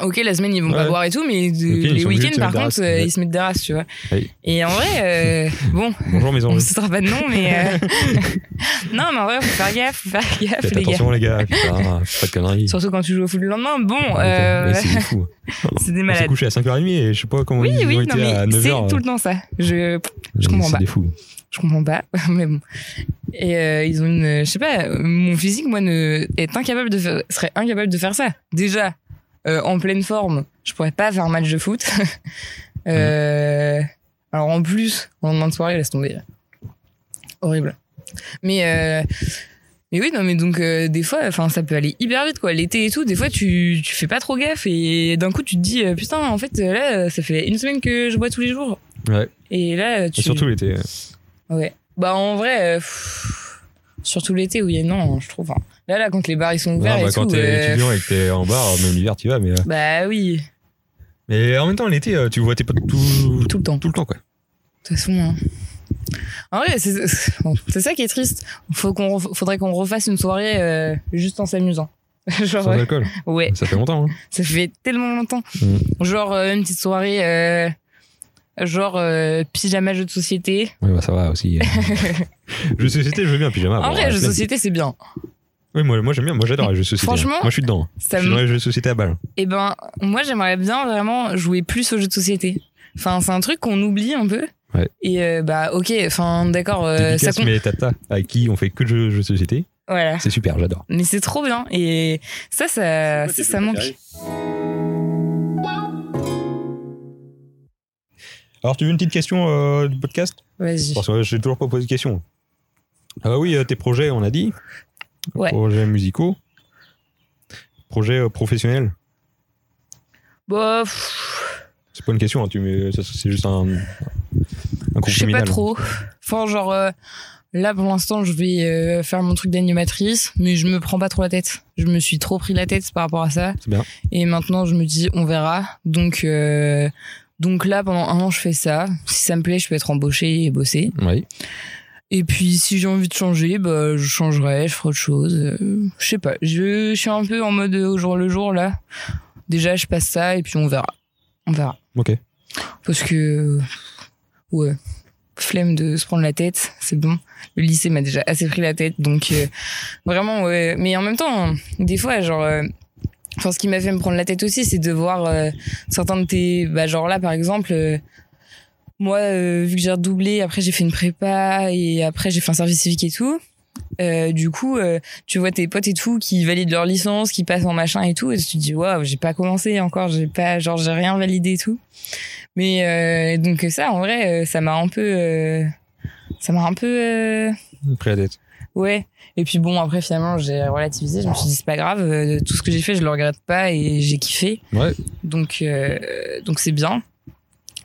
[SPEAKER 3] ok, la semaine, ils vont
[SPEAKER 1] Ouais.
[SPEAKER 3] pas boire et tout, mais de-
[SPEAKER 1] Le week-end, ils
[SPEAKER 3] les
[SPEAKER 1] sont obligés de
[SPEAKER 3] week-ends,
[SPEAKER 1] se
[SPEAKER 3] par
[SPEAKER 1] mettre des
[SPEAKER 3] contre,
[SPEAKER 1] races.
[SPEAKER 3] euh,
[SPEAKER 1] Ouais.
[SPEAKER 3] ils se mettent des races, tu vois.
[SPEAKER 1] Oui.
[SPEAKER 3] Et en vrai, euh,
[SPEAKER 1] (laughs)
[SPEAKER 3] bon,
[SPEAKER 1] Bonjour, mes
[SPEAKER 3] on (laughs) ne
[SPEAKER 1] anges.
[SPEAKER 3] citera pas de nom, mais. euh, (laughs) non, mais en vrai, faut faire gaffe, faut faire gaffe,
[SPEAKER 1] Faites
[SPEAKER 3] les gars.
[SPEAKER 1] attention, les gars. Putain, faites pas de conneries.
[SPEAKER 3] Surtout quand tu joues au foot le lendemain. Bon,
[SPEAKER 1] Arrêtez.
[SPEAKER 3] euh,
[SPEAKER 1] Mais C'est fou.
[SPEAKER 3] (laughs) c'est des
[SPEAKER 1] On s'est
[SPEAKER 3] malades.
[SPEAKER 1] couché à 5h30 et je sais pas comment
[SPEAKER 3] Oui,
[SPEAKER 1] ils
[SPEAKER 3] oui,
[SPEAKER 1] ont
[SPEAKER 3] non,
[SPEAKER 1] été à hein.
[SPEAKER 3] mais
[SPEAKER 1] 9h.
[SPEAKER 3] c'est tout le temps ça. Je. je comprends
[SPEAKER 1] C'est
[SPEAKER 3] pas.
[SPEAKER 1] des fous.
[SPEAKER 3] je comprends pas, (laughs) mais bon. Et euh, ils ont une, euh, je sais pas, euh, mon physique, moi, ne, est incapable de faire, serait incapable de faire ça. Déjà, euh, en pleine forme, je pourrais pas faire un match de foot. (laughs) Euh, Alors en plus, en lendemain de soirée, laisse tomber. Horrible. Mais euh, mais oui, non, mais donc euh, des fois, enfin, ça peut aller hyper vite, quoi. L'été et tout, des fois, tu, tu fais pas trop gaffe et d'un coup, tu te dis, euh, putain, en fait, euh, là, euh, ça fait une semaine que je bois tous les jours.
[SPEAKER 1] Ouais.
[SPEAKER 3] Et là, euh,
[SPEAKER 1] Et
[SPEAKER 3] tu.
[SPEAKER 1] surtout l'été.
[SPEAKER 3] Ouais. Bah en vrai, euh, pff, surtout l'été où il y a non, je trouve. hein. Là, là, quand les bars ils sont ouverts
[SPEAKER 1] Non, bah,
[SPEAKER 3] et
[SPEAKER 1] quand
[SPEAKER 3] tout.
[SPEAKER 1] t'es
[SPEAKER 3] euh,
[SPEAKER 1] étudiant et que t'es en bar, même l'hiver, tu vas. Mais, euh,
[SPEAKER 3] bah oui,
[SPEAKER 1] mais en même temps, l'été, euh, tu vois tes potes tout,
[SPEAKER 3] tout le temps. De
[SPEAKER 1] tout le temps, quoi.
[SPEAKER 3] toute façon. hein. En vrai, c'est c'est ça qui est triste. Faut qu'on, ref- faudrait qu'on refasse une soirée euh, juste en s'amusant. (laughs) Genre,
[SPEAKER 1] Sans
[SPEAKER 3] ouais.
[SPEAKER 1] alcool.
[SPEAKER 3] ouais,
[SPEAKER 1] Ça fait longtemps. Hein.
[SPEAKER 3] ça fait tellement longtemps.
[SPEAKER 1] Mm.
[SPEAKER 3] Genre euh, une petite soirée, euh, genre euh, pyjama jeu de société.
[SPEAKER 1] Ouais, bah ça va aussi. euh. jeux de société, (laughs) je veux bien, pyjama.
[SPEAKER 3] en
[SPEAKER 1] Ah bon,
[SPEAKER 3] vrai,
[SPEAKER 1] ouais,
[SPEAKER 3] jeu de
[SPEAKER 1] flemme.
[SPEAKER 3] société, c'est bien.
[SPEAKER 1] Oui, moi, moi j'aime bien, moi j'adore les jeux de société. hein.
[SPEAKER 3] Franchement,
[SPEAKER 1] moi je suis dedans.
[SPEAKER 3] Ça
[SPEAKER 1] je suis
[SPEAKER 3] me-
[SPEAKER 1] dans les jeux de société à balle. hein.
[SPEAKER 3] Eh ben, moi, j'aimerais bien vraiment jouer plus aux jeux de société. Enfin, c'est un truc qu'on oublie un peu.
[SPEAKER 1] Ouais.
[SPEAKER 3] Et euh, bah, ok, enfin, d'accord, euh,
[SPEAKER 1] Dédicace,
[SPEAKER 3] ça compte.
[SPEAKER 1] mais Tata, avec qui on fait que de jeux jeux de société,
[SPEAKER 3] Voilà.
[SPEAKER 1] c'est super, j'adore.
[SPEAKER 3] Mais c'est trop bien. Et ça, ça, ça, ça manque.
[SPEAKER 1] Alors, tu veux une petite question euh, du podcast
[SPEAKER 3] Vas-y.
[SPEAKER 1] Parce que euh, j'ai toujours pas posé de question. Ah bah oui, euh, tes projets, on a dit.
[SPEAKER 3] Ouais.
[SPEAKER 1] Projets musicaux. Projets euh, professionnels.
[SPEAKER 3] Bah, pff,
[SPEAKER 1] C'est pas une question, hein, tu mets- ça, c'est juste un, un
[SPEAKER 3] je sais pas
[SPEAKER 1] comprominal.
[SPEAKER 3] trop. Enfin, genre, euh, là, pour l'instant, je vais euh, faire mon truc d'animatrice, mais je me prends pas trop la tête. Je me suis trop pris la tête par rapport à ça.
[SPEAKER 1] C'est bien.
[SPEAKER 3] Et maintenant, je me dis, on verra. Donc, euh, donc là, pendant un an, je fais ça. Si ça me plaît, je peux être embauchée et bosser.
[SPEAKER 1] Oui.
[SPEAKER 3] Et puis, si j'ai envie de changer, bah, je changerai, je ferai autre chose. Euh, je sais pas. Je, je suis un peu en mode euh, au jour le jour, là. Déjà, je passe ça et puis on verra. On verra.
[SPEAKER 1] Ok.
[SPEAKER 3] Parce que, euh, ouais, flemme de se prendre la tête, c'est bon. Le lycée m'a déjà assez pris la tête, donc euh, vraiment, ouais. Mais en même temps, des fois, genre, euh, enfin, ce qui m'a fait me prendre la tête aussi, c'est de voir euh, certains de tes, bah, genre là, par exemple. euh, moi, euh, vu que j'ai redoublé, après j'ai fait une prépa et après j'ai fait un service civique et tout, Euh, du coup, euh, tu vois tes potes et tout qui valident leur licence, qui passent en machin et tout, et tu te dis waouh, j'ai pas commencé encore, j'ai pas, genre, j'ai rien validé et tout. Mais euh, donc ça, en vrai, euh, ça m'a un peu, euh, ça m'a un peu, euh,
[SPEAKER 1] Prêt à dette.
[SPEAKER 3] ouais. Et puis bon, après finalement, j'ai relativisé. Je me suis dit c'est pas grave, euh, tout ce que j'ai fait, je le regrette pas et j'ai kiffé.
[SPEAKER 1] Ouais.
[SPEAKER 3] Donc, euh, donc c'est bien.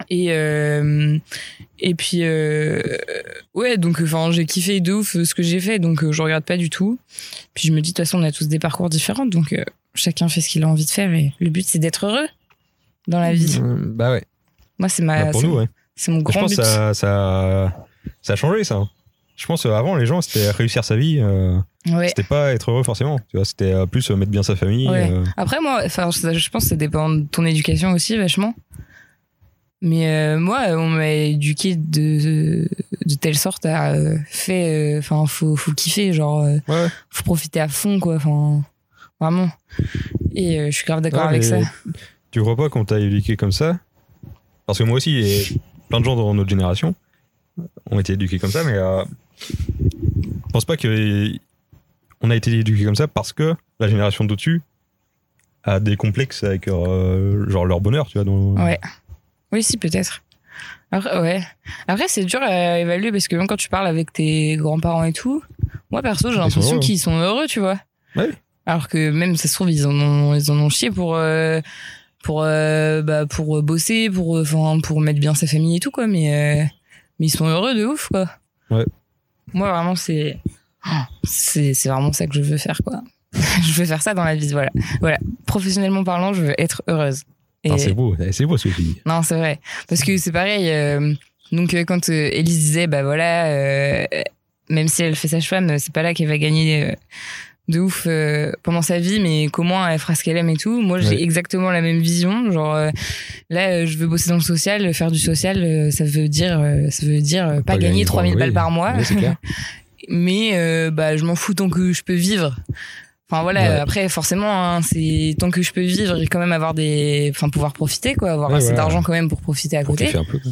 [SPEAKER 3] Et euh, et puis euh, ouais donc enfin j'ai kiffé de ouf euh, ce que j'ai fait donc euh, je regarde pas du tout. Puis je me dis de toute façon on a tous des parcours différents donc euh, chacun fait ce qu'il a envie de faire et le but c'est d'être heureux dans la vie.
[SPEAKER 1] Euh, Bah ouais.
[SPEAKER 3] Moi c'est ma
[SPEAKER 1] Bah, pour
[SPEAKER 3] Ah, c'est-
[SPEAKER 1] nous, ouais.
[SPEAKER 3] c'est mon
[SPEAKER 1] Je
[SPEAKER 3] grand
[SPEAKER 1] pense
[SPEAKER 3] but.
[SPEAKER 1] que ça, ça, ça a changé, ça. Je pense euh, avant, les gens, c'était réussir sa vie. euh,
[SPEAKER 3] Ouais.
[SPEAKER 1] C'était pas être heureux, forcément. Tu vois, c'était euh, plus euh, mettre bien sa famille.
[SPEAKER 3] Ouais.
[SPEAKER 1] euh,
[SPEAKER 3] Après, moi, enfin, ça, je pense que ça dépend de ton éducation aussi, vachement. Mais euh, moi, on m'a éduqué de, de telle sorte à euh, fait, enfin, faut, faut kiffer, genre, euh,
[SPEAKER 1] Ouais.
[SPEAKER 3] faut profiter à fond, quoi, enfin, vraiment. Et euh, je suis grave d'accord
[SPEAKER 1] Ouais,
[SPEAKER 3] avec ça.
[SPEAKER 1] mais Tu crois pas qu'on t'a éduqué comme ça Parce que moi aussi, et plein de gens dans notre génération ont été éduqués comme ça, mais euh, je pense pas que on a été éduqués comme ça parce que la génération d'au-dessus a des complexes avec euh, genre leur bonheur, tu vois. dans-
[SPEAKER 3] Ouais. Oui, si, peut-être. Après, ouais. Après, c'est dur à évaluer parce que même quand tu parles avec tes grands-parents et tout, moi, perso, j'ai
[SPEAKER 1] Ils sont
[SPEAKER 3] l'impression
[SPEAKER 1] heureux.
[SPEAKER 3] qu'ils sont heureux, tu vois.
[SPEAKER 1] Ouais.
[SPEAKER 3] Alors que même, ça se trouve, ils en ont, ils en ont chié pour, euh, pour, euh, bah, pour bosser, pour, enfin, pour mettre bien sa famille et tout, quoi. Mais, euh, mais ils sont heureux de ouf, quoi.
[SPEAKER 1] Ouais.
[SPEAKER 3] Moi, vraiment, c'est, c'est, c'est vraiment ça que je veux faire, quoi. (laughs) je veux faire ça dans la vie, voilà. Voilà. Professionnellement parlant, je veux être heureuse. Et-
[SPEAKER 1] Putain, c'est beau, eh, c'est beau ce que tu dis.
[SPEAKER 3] non, c'est vrai. Parce que c'est pareil. euh, donc, euh, quand euh, Élise disait, bah voilà, euh, même si elle fait sage-femme, euh, c'est pas là qu'elle va gagner euh, de ouf euh, pendant sa vie, mais qu'au moins elle fera ce qu'elle aime et tout. Moi, j'ai
[SPEAKER 1] Ouais.
[SPEAKER 3] exactement la même vision. Genre, euh, là, euh, je veux bosser dans le social. euh, Faire du social, euh, ça veut dire, euh, ça veut dire euh, pas, gagner 3000
[SPEAKER 1] trois-
[SPEAKER 3] balles
[SPEAKER 1] oui,
[SPEAKER 3] par mois.
[SPEAKER 1] oui, c'est clair.
[SPEAKER 3] mais euh, bah, je m'en fous tant que je peux vivre. Enfin voilà,
[SPEAKER 1] Ouais.
[SPEAKER 3] euh, après forcément, hein, c'est tant que je peux vivre et quand même avoir des, enfin pouvoir profiter quoi, avoir
[SPEAKER 1] Ouais,
[SPEAKER 3] assez
[SPEAKER 1] voilà.
[SPEAKER 3] d'argent quand même pour profiter (laughs) à
[SPEAKER 1] Pour
[SPEAKER 3] côté.
[SPEAKER 1] kiffer un peu. quoi.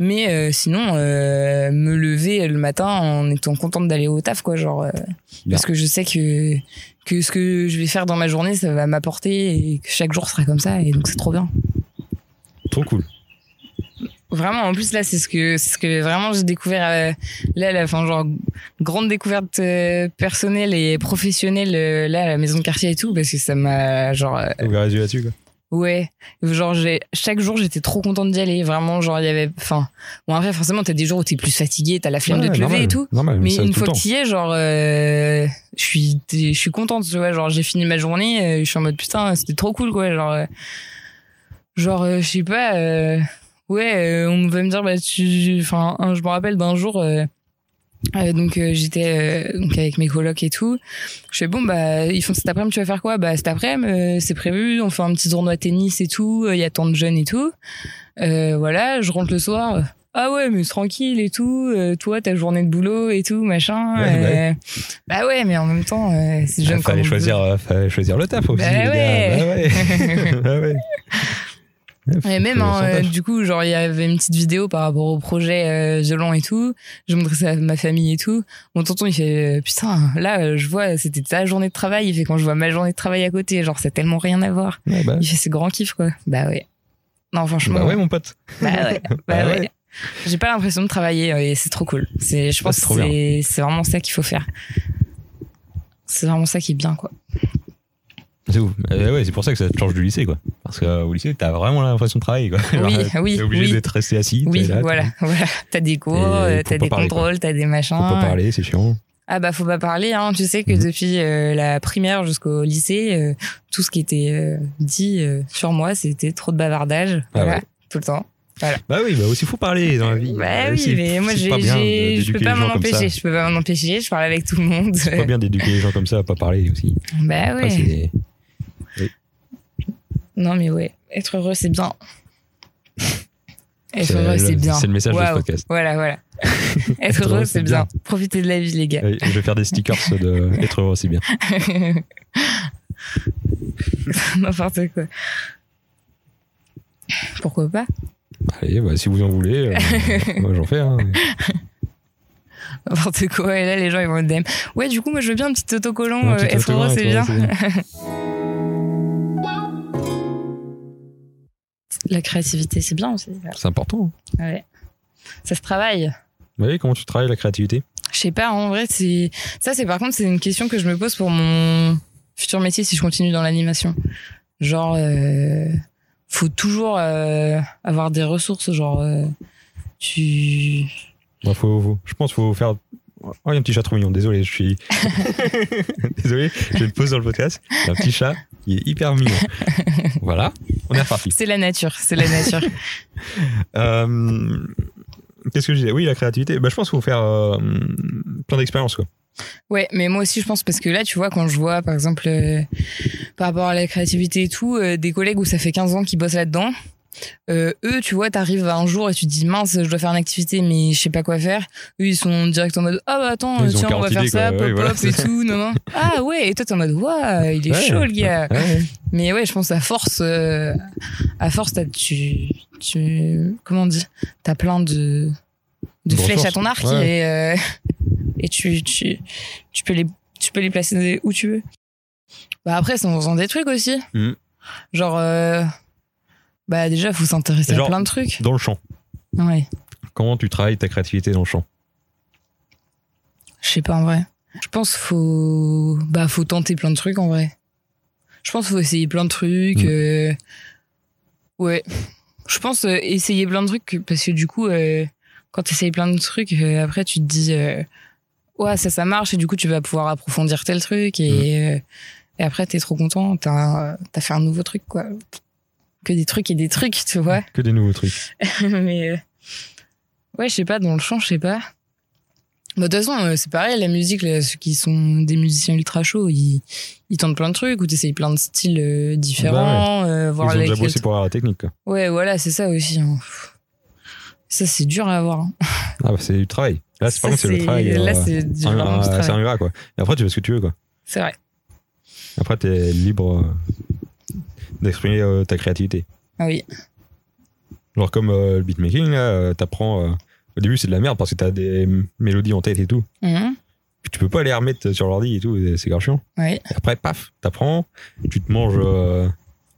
[SPEAKER 3] Mais euh, sinon, euh, me lever le matin en étant contente d'aller au taf quoi, genre euh,
[SPEAKER 1] Bien.
[SPEAKER 3] parce que je sais que que ce que je vais faire dans ma journée, ça va m'apporter et que chaque jour sera comme ça et donc c'est trop bien.
[SPEAKER 1] Trop cool.
[SPEAKER 3] Vraiment, en plus là, c'est ce que c'est ce que vraiment j'ai découvert euh, là, la enfin genre grande découverte euh, personnelle et professionnelle euh, là, à la maison de quartier et tout, parce que ça m'a genre euh,
[SPEAKER 1] Ouvert les yeux là-dessus. quoi.
[SPEAKER 3] ouais, genre j'ai chaque jour j'étais trop contente d'y aller, vraiment genre il y avait, enfin bon après forcément t'as des jours où t'es plus fatigué, t'as la flemme
[SPEAKER 1] Ouais,
[SPEAKER 3] de te
[SPEAKER 1] normal,
[SPEAKER 3] lever et tout,
[SPEAKER 1] Normal, mais
[SPEAKER 3] mais
[SPEAKER 1] ça,
[SPEAKER 3] une
[SPEAKER 1] tout le
[SPEAKER 3] fois
[SPEAKER 1] temps.
[SPEAKER 3] que t'y es, genre euh, je suis t'es- je suis contente, tu vois, genre j'ai fini ma journée, euh, je suis en mode putain c'était trop cool quoi, genre euh, genre euh, je sais pas euh, ouais euh, on va me dire bah tu enfin un- je me rappelle d'un jour euh, euh, donc euh, j'étais euh, donc avec mes colocs et tout je fais bon bah ils font cet après-midi tu vas faire quoi bah cet après-midi euh, c'est prévu on fait un petit tournoi de tennis et tout euh, il y a tant de jeunes et tout Euh, voilà je rentre le soir ah ouais mais c'est tranquille et tout euh, toi ta journée de boulot et tout machin
[SPEAKER 1] Ouais, bah
[SPEAKER 3] euh, bah ouais mais en même temps euh, c'est jeune
[SPEAKER 1] Ah, fallait
[SPEAKER 3] quand on
[SPEAKER 1] choisir, euh, fallait choisir le taf aussi.
[SPEAKER 3] Bah
[SPEAKER 1] les gars.
[SPEAKER 3] ouais. (laughs)
[SPEAKER 1] Bah ouais. Bah ouais.
[SPEAKER 3] Et même,
[SPEAKER 1] Faut
[SPEAKER 3] hein,
[SPEAKER 1] son
[SPEAKER 3] euh,
[SPEAKER 1] taf.
[SPEAKER 3] du coup, genre, il y avait une petite vidéo par rapport au projet euh, violent et tout. Je montrais ça à ma famille et tout. Mon tonton, il fait, euh, putain, là, euh, je vois, c'était ta journée de travail. Il fait, quand je vois ma journée de travail à côté, genre, c'est tellement rien à voir.
[SPEAKER 1] Ouais, bah.
[SPEAKER 3] Il fait, c'est grand kiff, quoi. Bah ouais. Non, franchement.
[SPEAKER 1] Bah ouais, mon pote.
[SPEAKER 3] Bah
[SPEAKER 1] (laughs)
[SPEAKER 3] ouais. Bah
[SPEAKER 1] Bah ouais.
[SPEAKER 3] ouais. J'ai pas l'impression de travailler euh, et c'est trop cool. C'est, je
[SPEAKER 1] Ah,
[SPEAKER 3] pense
[SPEAKER 1] c'est
[SPEAKER 3] que
[SPEAKER 1] trop bien.
[SPEAKER 3] c'est, c'est vraiment ça qu'il faut faire. C'est vraiment ça qui est bien, quoi.
[SPEAKER 1] C'est ouf. Euh, ouais, c'est pour ça que ça te change du lycée, quoi. Parce qu'au lycée, t'as vraiment l'impression de travailler, quoi. (laughs)
[SPEAKER 3] Oui, oui,
[SPEAKER 1] T'es obligé
[SPEAKER 3] oui.
[SPEAKER 1] d'être resté assis.
[SPEAKER 3] Oui,
[SPEAKER 1] t'es là, t'es-
[SPEAKER 3] voilà, voilà. T'as des cours,
[SPEAKER 1] Et
[SPEAKER 3] euh,
[SPEAKER 1] faut pas
[SPEAKER 3] t'as des
[SPEAKER 1] parler, quoi.
[SPEAKER 3] contrôles, t'as des machins.
[SPEAKER 1] Faut pas parler, c'est chiant.
[SPEAKER 3] Ah bah faut pas parler, hein. tu sais que
[SPEAKER 1] Mhm.
[SPEAKER 3] depuis euh, la primaire jusqu'au lycée, euh, tout ce qui était euh, dit euh, sur moi, c'était trop de bavardage,
[SPEAKER 1] Ah
[SPEAKER 3] voilà,
[SPEAKER 1] ouais.
[SPEAKER 3] tout le temps.
[SPEAKER 1] Bah oui, bah aussi, faut parler dans la vie.
[SPEAKER 3] bah
[SPEAKER 1] Euh,
[SPEAKER 3] oui,
[SPEAKER 1] c'est-
[SPEAKER 3] mais moi
[SPEAKER 1] c'est
[SPEAKER 3] j'ai,
[SPEAKER 1] pas bien
[SPEAKER 3] j'ai-
[SPEAKER 1] de-
[SPEAKER 3] je peux
[SPEAKER 1] d'éduquer
[SPEAKER 3] pas
[SPEAKER 1] les
[SPEAKER 3] m'en
[SPEAKER 1] gens comme ça.
[SPEAKER 3] empêcher, je peux pas m'en empêcher, je parle avec tout le monde.
[SPEAKER 1] C'est pas bien d'éduquer les gens comme ça à pas parler aussi.
[SPEAKER 3] bah
[SPEAKER 1] Après,
[SPEAKER 3] ouais.
[SPEAKER 1] Ah, c'est-
[SPEAKER 3] non mais ouais, être heureux c'est bien. être
[SPEAKER 1] C'est
[SPEAKER 3] heureux
[SPEAKER 1] le-
[SPEAKER 3] c'est bien.
[SPEAKER 1] c'est le message de ce
[SPEAKER 3] Waouh.
[SPEAKER 1] podcast.
[SPEAKER 3] Voilà,
[SPEAKER 1] (laughs)
[SPEAKER 3] voilà. être heureux c'est bien. Profitez de la vie les gars.
[SPEAKER 1] Ouais, Je vais faire des stickers de être heureux, c'est bien.
[SPEAKER 3] (laughs) N'importe quoi. Pourquoi (laughs) pas
[SPEAKER 1] bah,
[SPEAKER 3] (laughs)
[SPEAKER 1] Allez, bah, si vous en voulez, euh, moi j'en fais. hein.
[SPEAKER 3] n'importe quoi. Et là, les gens, ils vont au DM. Ouais, du coup, moi, je veux bien un petit autocollant.
[SPEAKER 1] Un
[SPEAKER 3] euh,
[SPEAKER 1] petit
[SPEAKER 3] être
[SPEAKER 1] autocollant,
[SPEAKER 3] heureux, c'est
[SPEAKER 1] être heureux,
[SPEAKER 3] bien.
[SPEAKER 1] c'est
[SPEAKER 3] La créativité, c'est bien aussi. (laughs)
[SPEAKER 1] C'est important.
[SPEAKER 3] Ouais. Ça se travaille.
[SPEAKER 1] Vous voyez comment tu travailles la créativité
[SPEAKER 3] Je sais pas, en vrai, c'est. Ça, c'est par contre, c'est une question que je me pose pour mon futur métier si je continue dans l'animation. Genre, euh, faut toujours euh, avoir des ressources. Genre, euh, tu.
[SPEAKER 1] Bah, faut, faut- je pense qu'il faut faire. Oh, il y a un petit chat trop mignon. Désolé, je
[SPEAKER 3] (laughs)
[SPEAKER 1] suis. Désolé, j'ai une pause dans le podcast. Il y a un petit chat qui est hyper mignon. Voilà, on est reparti.
[SPEAKER 3] C'est la nature, c'est la nature.
[SPEAKER 1] Euh, Qu'est-ce que je disais Oui, la créativité. Bah, je pense qu'il faut faire euh, plein d'expériences. quoi.
[SPEAKER 3] ouais, mais moi aussi, je pense, parce que là, tu vois, quand je vois, par exemple, euh, par rapport à la créativité et tout, euh, des collègues où ça fait 15 ans qu'ils bossent là-dedans, euh, eux, tu vois, t'arrives à un jour et tu te dis, mince, je dois faire une activité, mais je sais pas quoi faire. Eux, ils sont direct en mode, ah bah attends,
[SPEAKER 1] Ils ont
[SPEAKER 3] tiens, on
[SPEAKER 1] 40
[SPEAKER 3] va faire
[SPEAKER 1] idées,
[SPEAKER 3] ça,
[SPEAKER 1] quoi.
[SPEAKER 3] pop,
[SPEAKER 1] Oui, voilà,
[SPEAKER 3] pop
[SPEAKER 1] c'est
[SPEAKER 3] et
[SPEAKER 1] ça.
[SPEAKER 3] tout,
[SPEAKER 1] (laughs)
[SPEAKER 3] non, non. Ah ouais, et toi, t'es en mode, waouh, Euh, il est
[SPEAKER 1] Ouais.
[SPEAKER 3] chaud, le gars.
[SPEAKER 1] Ouais.
[SPEAKER 3] Mais ouais, je pense à force, euh, à force, t'as- tu, tu, comment on dit, t'as plein de, de
[SPEAKER 1] De
[SPEAKER 3] flèches à
[SPEAKER 1] ressources.
[SPEAKER 3] ton arc
[SPEAKER 1] Ouais.
[SPEAKER 3] et, euh, et tu, tu, tu peux les, tu peux les placer où tu veux. Bah après, c'est en faisant des trucs aussi.
[SPEAKER 1] Mhm.
[SPEAKER 3] Genre, euh, bah déjà, faut s'intéresser à
[SPEAKER 1] Genre-
[SPEAKER 3] plein de trucs.
[SPEAKER 1] Dans le champ.
[SPEAKER 3] Ouais,
[SPEAKER 1] Comment tu travailles ta créativité dans le champ
[SPEAKER 3] je sais pas en vrai. Je pense faut, bah faut tenter plein de trucs en vrai. Je pense faut essayer plein de trucs.
[SPEAKER 1] Mhm.
[SPEAKER 3] euh, Ouais. Je pense euh, essayer plein de trucs parce que du coup, euh, quand tu essayes plein de trucs, euh, après tu te dis, euh, ouais, ça, ça marche et du coup tu vas pouvoir approfondir tel truc et, euh, et après t'es trop content, t'as as fait un nouveau truc quoi. Que des trucs et des trucs, tu vois.
[SPEAKER 1] Que des nouveaux trucs.
[SPEAKER 3] (laughs) Mais euh, ouais, je sais pas, dans le chant, je sais pas. Bah, de toute façon, euh, c'est pareil, la musique, là, ceux qui sont des musiciens ultra chauds, ils, ils tentent plein de trucs ou t'essayes plein de styles euh, différents, euh, voir
[SPEAKER 1] Bah Ils ont déjà
[SPEAKER 3] lesquels-
[SPEAKER 1] bossé pour avoir la technique. quoi.
[SPEAKER 3] Ouais, voilà, c'est ça aussi. hein. Ça, c'est dur à avoir. hein.
[SPEAKER 1] Ah, bah, c'est du travail. Là, c'est
[SPEAKER 3] Ça,
[SPEAKER 1] par contre, c'est le travail.
[SPEAKER 3] Là,
[SPEAKER 1] euh,
[SPEAKER 3] c'est du
[SPEAKER 1] un-
[SPEAKER 3] vraiment
[SPEAKER 1] un-
[SPEAKER 3] du
[SPEAKER 1] c'est un
[SPEAKER 3] travail.
[SPEAKER 1] miracle, quoi. Et après, tu fais ce que tu veux. quoi.
[SPEAKER 3] C'est vrai.
[SPEAKER 1] Après, tu es libre euh, d'exprimer euh, ta créativité.
[SPEAKER 3] Ah oui.
[SPEAKER 1] Genre comme euh, le beatmaking, là, euh, t'apprends. euh, au début, c'est de la merde parce que t'as des m- mélodies en tête et tout.
[SPEAKER 3] Mhm.
[SPEAKER 1] Puis tu peux pas les remettre sur l'ordi et tout, et c'est grave chiant.
[SPEAKER 3] Ouais.
[SPEAKER 1] Et après, paf, t'apprends, tu te manges euh,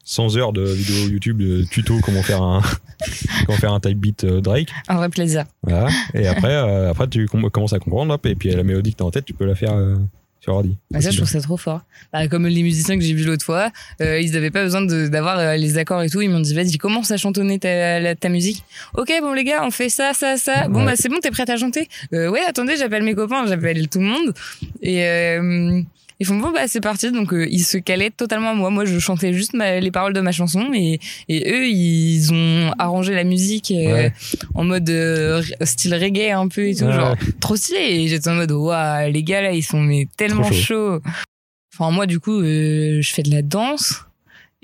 [SPEAKER 1] 100 heures de vidéos YouTube, de tutos comment faire un, (laughs) comment faire un type beat euh, Drake.
[SPEAKER 3] Un vrai plaisir.
[SPEAKER 1] Voilà. Et après, euh, après tu com- commences à comprendre, hop, et puis la mélodie que t'as en tête, tu peux la faire euh, sur ordi.
[SPEAKER 3] Bah, ça, je trouve ça trop fort. Bah, comme les musiciens que j'ai vus l'autre fois, euh, ils n'avaient pas besoin de- d'avoir euh, les accords et tout. Ils m'ont dit, vas-y, commence à chantonner ta, la- ta musique. Ok, bon, les gars, on fait ça, ça, ça. Bon,
[SPEAKER 1] Ouais.
[SPEAKER 3] bah, c'est bon, t'es prête à chanter Euh, Ouais, attendez, j'appelle mes copains, j'appelle tout le monde. Et euh, ils font, bon, bah, c'est parti. Donc, euh, ils se calaient totalement à moi. Moi, je chantais juste ma- les paroles de ma chanson. Et, et eux, ils ont arrangé la musique euh,
[SPEAKER 1] Ouais.
[SPEAKER 3] en mode euh, r- style reggae un peu et tout.
[SPEAKER 1] Ouais,
[SPEAKER 3] Genre,
[SPEAKER 1] ouais.
[SPEAKER 3] trop stylé et j'étais en mode waouh les gars là ils sont mais tellement
[SPEAKER 1] Trop
[SPEAKER 3] chauds enfin moi du coup euh, je fais de la danse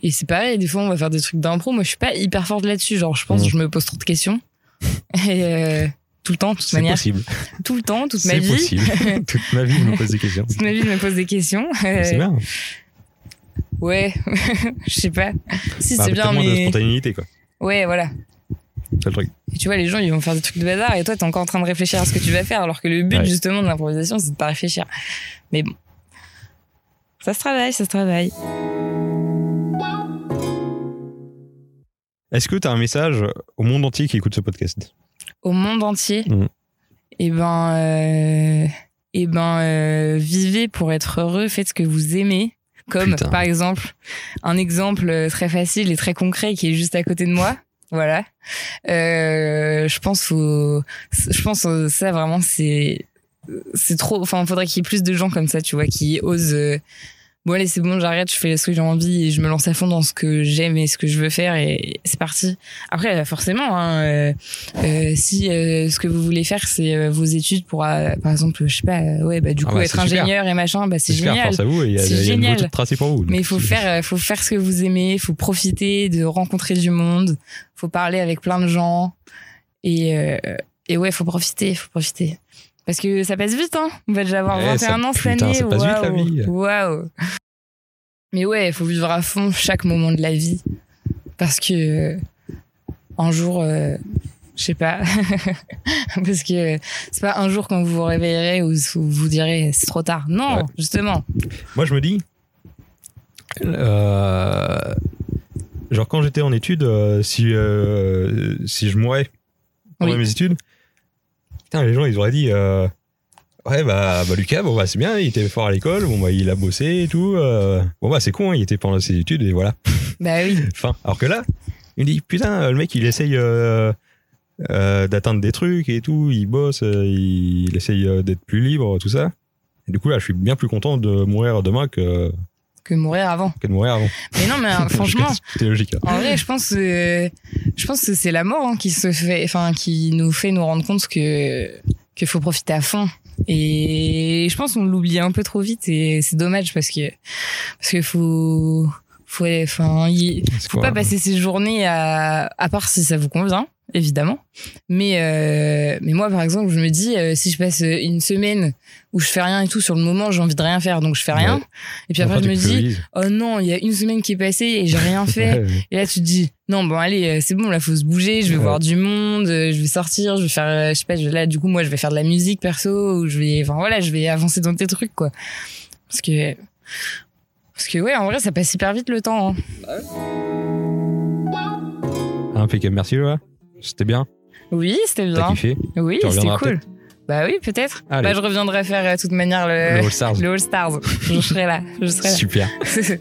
[SPEAKER 3] et c'est pareil des fois on va faire des trucs d'impro moi je suis pas hyper forte là-dessus genre je pense
[SPEAKER 1] Mhm.
[SPEAKER 3] que je me pose trop de questions (laughs) et euh, tout le temps de toute
[SPEAKER 1] C'est
[SPEAKER 3] manière
[SPEAKER 1] possible.
[SPEAKER 3] tout le temps toute ma
[SPEAKER 1] C'est
[SPEAKER 3] vie
[SPEAKER 1] possible.
[SPEAKER 3] (laughs)
[SPEAKER 1] Toute ma vie, je me pose des questions.
[SPEAKER 3] toute ma vie je me pose des questions Euh,
[SPEAKER 1] C'est bien.
[SPEAKER 3] ouais (laughs) je sais pas si
[SPEAKER 1] Bah,
[SPEAKER 3] c'est bien
[SPEAKER 1] tellement de
[SPEAKER 3] mais
[SPEAKER 1] spontanéité, quoi.
[SPEAKER 3] ouais voilà
[SPEAKER 1] C'est le truc.
[SPEAKER 3] et tu vois les gens ils vont faire des trucs de bazar et toi t'es encore en train de réfléchir à ce que tu vas faire alors que le but
[SPEAKER 1] Ouais.
[SPEAKER 3] justement de l'improvisation c'est de pas réfléchir mais bon ça se travaille ça se travaille
[SPEAKER 1] Est-ce que tu as un message au monde entier qui écoute ce podcast
[SPEAKER 3] au monde entier,
[SPEAKER 1] Mm.
[SPEAKER 3] et ben, euh, eh ben euh, vivez pour être heureux, faites ce que vous aimez. Comme
[SPEAKER 1] Putain.
[SPEAKER 3] par exemple, un exemple euh, très facile et très concret qui est juste à côté de moi. Voilà. Euh, je pense faut, je pense euh, ça vraiment c'est, c'est trop. Enfin, faudrait qu'il y ait plus de gens comme ça, tu vois, qui osent. euh, bon allez, c'est bon, j'arrête, je fais ce que j'ai envie et je me lance à fond dans ce que j'aime et ce que je veux faire et c'est parti. Après, forcément, hein, euh, euh, si euh, ce que vous voulez faire, c'est euh, vos études pour, euh, par exemple, je sais pas, euh, ouais, bah du
[SPEAKER 1] Ah
[SPEAKER 3] coup
[SPEAKER 1] bah,
[SPEAKER 3] être
[SPEAKER 1] c'est super.
[SPEAKER 3] ingénieur et machin, bah c'est
[SPEAKER 1] J'espère,
[SPEAKER 3] génial.
[SPEAKER 1] Force à vous, et il y a,
[SPEAKER 3] C'est
[SPEAKER 1] il y a une
[SPEAKER 3] génial.
[SPEAKER 1] route de tracée pour vous. donc
[SPEAKER 3] Mais il faut
[SPEAKER 1] c'est-
[SPEAKER 3] faire, euh, faut faire ce que vous aimez, faut profiter, de rencontrer du monde, faut parler avec plein de gens et euh, et ouais, faut profiter, faut profiter. Parce que ça passe vite, hein. On va déjà avoir
[SPEAKER 1] Ouais,
[SPEAKER 3] 21
[SPEAKER 1] ça-
[SPEAKER 3] ans cette
[SPEAKER 1] putain,
[SPEAKER 3] année.
[SPEAKER 1] ça passe vite, la
[SPEAKER 3] waouh,
[SPEAKER 1] vie.
[SPEAKER 3] Waouh. Mais ouais, faut vivre à fond chaque moment de la vie parce que euh, un jour, euh, Je sais pas. (laughs) Parce que euh, c'est pas un jour quand vous vous réveillerez ou vous vous direz c'est trop tard. Non,
[SPEAKER 1] Ouais.
[SPEAKER 3] justement.
[SPEAKER 1] Moi, je me dis. euh, genre, quand j'étais en études, euh, si, euh, si je mourais pendant
[SPEAKER 3] Oui.
[SPEAKER 1] mes études, putain, les gens, ils auraient dit. euh, Ouais, bah, bah, Lucas, bon, bah, c'est bien, il était fort à l'école, bon, bah, il a bossé et tout. euh, bon, bah, c'est con, hein, il était pendant ses études et voilà. (laughs)
[SPEAKER 3] Bah oui.
[SPEAKER 1] Enfin, alors que là, il me dit putain, euh, le mec, il essaye euh, euh, d'atteindre des trucs et tout, il bosse, euh, il, il essaye euh, d'être plus libre, tout ça. Et du coup, là, je suis bien plus content de mourir demain que,
[SPEAKER 3] Que mourir avant.
[SPEAKER 1] que de mourir avant.
[SPEAKER 3] Mais non,
[SPEAKER 1] (laughs)
[SPEAKER 3] mais euh, franchement. Oh.
[SPEAKER 1] C'était logique. hein.
[SPEAKER 3] En vrai, je pense, euh, je pense que c'est la mort hein, qui se fait, enfin, qui nous fait nous rendre compte que qu'il faut profiter à fond. Et je pense qu'on l'oublie un peu trop vite et c'est dommage parce que parce que faut faut aller- enfin il
[SPEAKER 1] C'est
[SPEAKER 3] faut
[SPEAKER 1] quoi, hein.
[SPEAKER 3] pas passer ses journées à à part si ça vous convient évidemment mais euh, mais moi par exemple je me dis euh, si je passe une semaine où je fais rien et tout sur le moment j'ai envie de rien faire donc je fais rien
[SPEAKER 1] Ouais.
[SPEAKER 3] et puis après,
[SPEAKER 1] tu
[SPEAKER 3] je me dis
[SPEAKER 1] culpabilises.
[SPEAKER 3] oh non il y a une semaine qui est passée et j'ai
[SPEAKER 1] (laughs)
[SPEAKER 3] rien fait
[SPEAKER 1] Ouais, ouais.
[SPEAKER 3] et là, tu te dis, non, bon, allez, euh, c'est bon, là, faut se bouger, je vais
[SPEAKER 1] Ouais.
[SPEAKER 3] voir du monde, euh, je vais sortir, je vais faire, euh, je sais pas, je- là, du coup, moi, je vais faire de la musique perso, ou je vais, enfin, voilà, je vais avancer dans tes trucs, quoi. Parce que, parce que, ouais, en vrai, ça passe hyper vite le temps. hein.
[SPEAKER 1] Impeccable, merci, Lola. C'était bien.
[SPEAKER 3] Oui, c'était
[SPEAKER 1] T'as
[SPEAKER 3] bien.
[SPEAKER 1] kiffé.
[SPEAKER 3] Oui,
[SPEAKER 1] Tu
[SPEAKER 3] c'était
[SPEAKER 1] reviendras
[SPEAKER 3] cool. Bah oui, peut-être.
[SPEAKER 1] Allez.
[SPEAKER 3] Bah, je reviendrai faire, euh, de toute manière,
[SPEAKER 1] Le
[SPEAKER 3] le,
[SPEAKER 1] All Stars.
[SPEAKER 3] (laughs) le All Stars. je serai là, je serai là.
[SPEAKER 1] Super.
[SPEAKER 3] (laughs)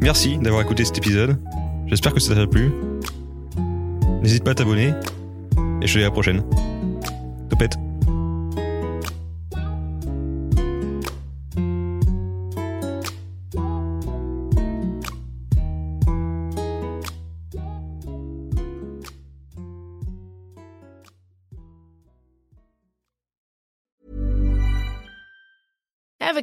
[SPEAKER 1] Merci d'avoir écouté cet épisode. J'espère que ça t'a plu. N'hésite pas à t'abonner. Et je te dis à la prochaine. Topette.
[SPEAKER 2] Ever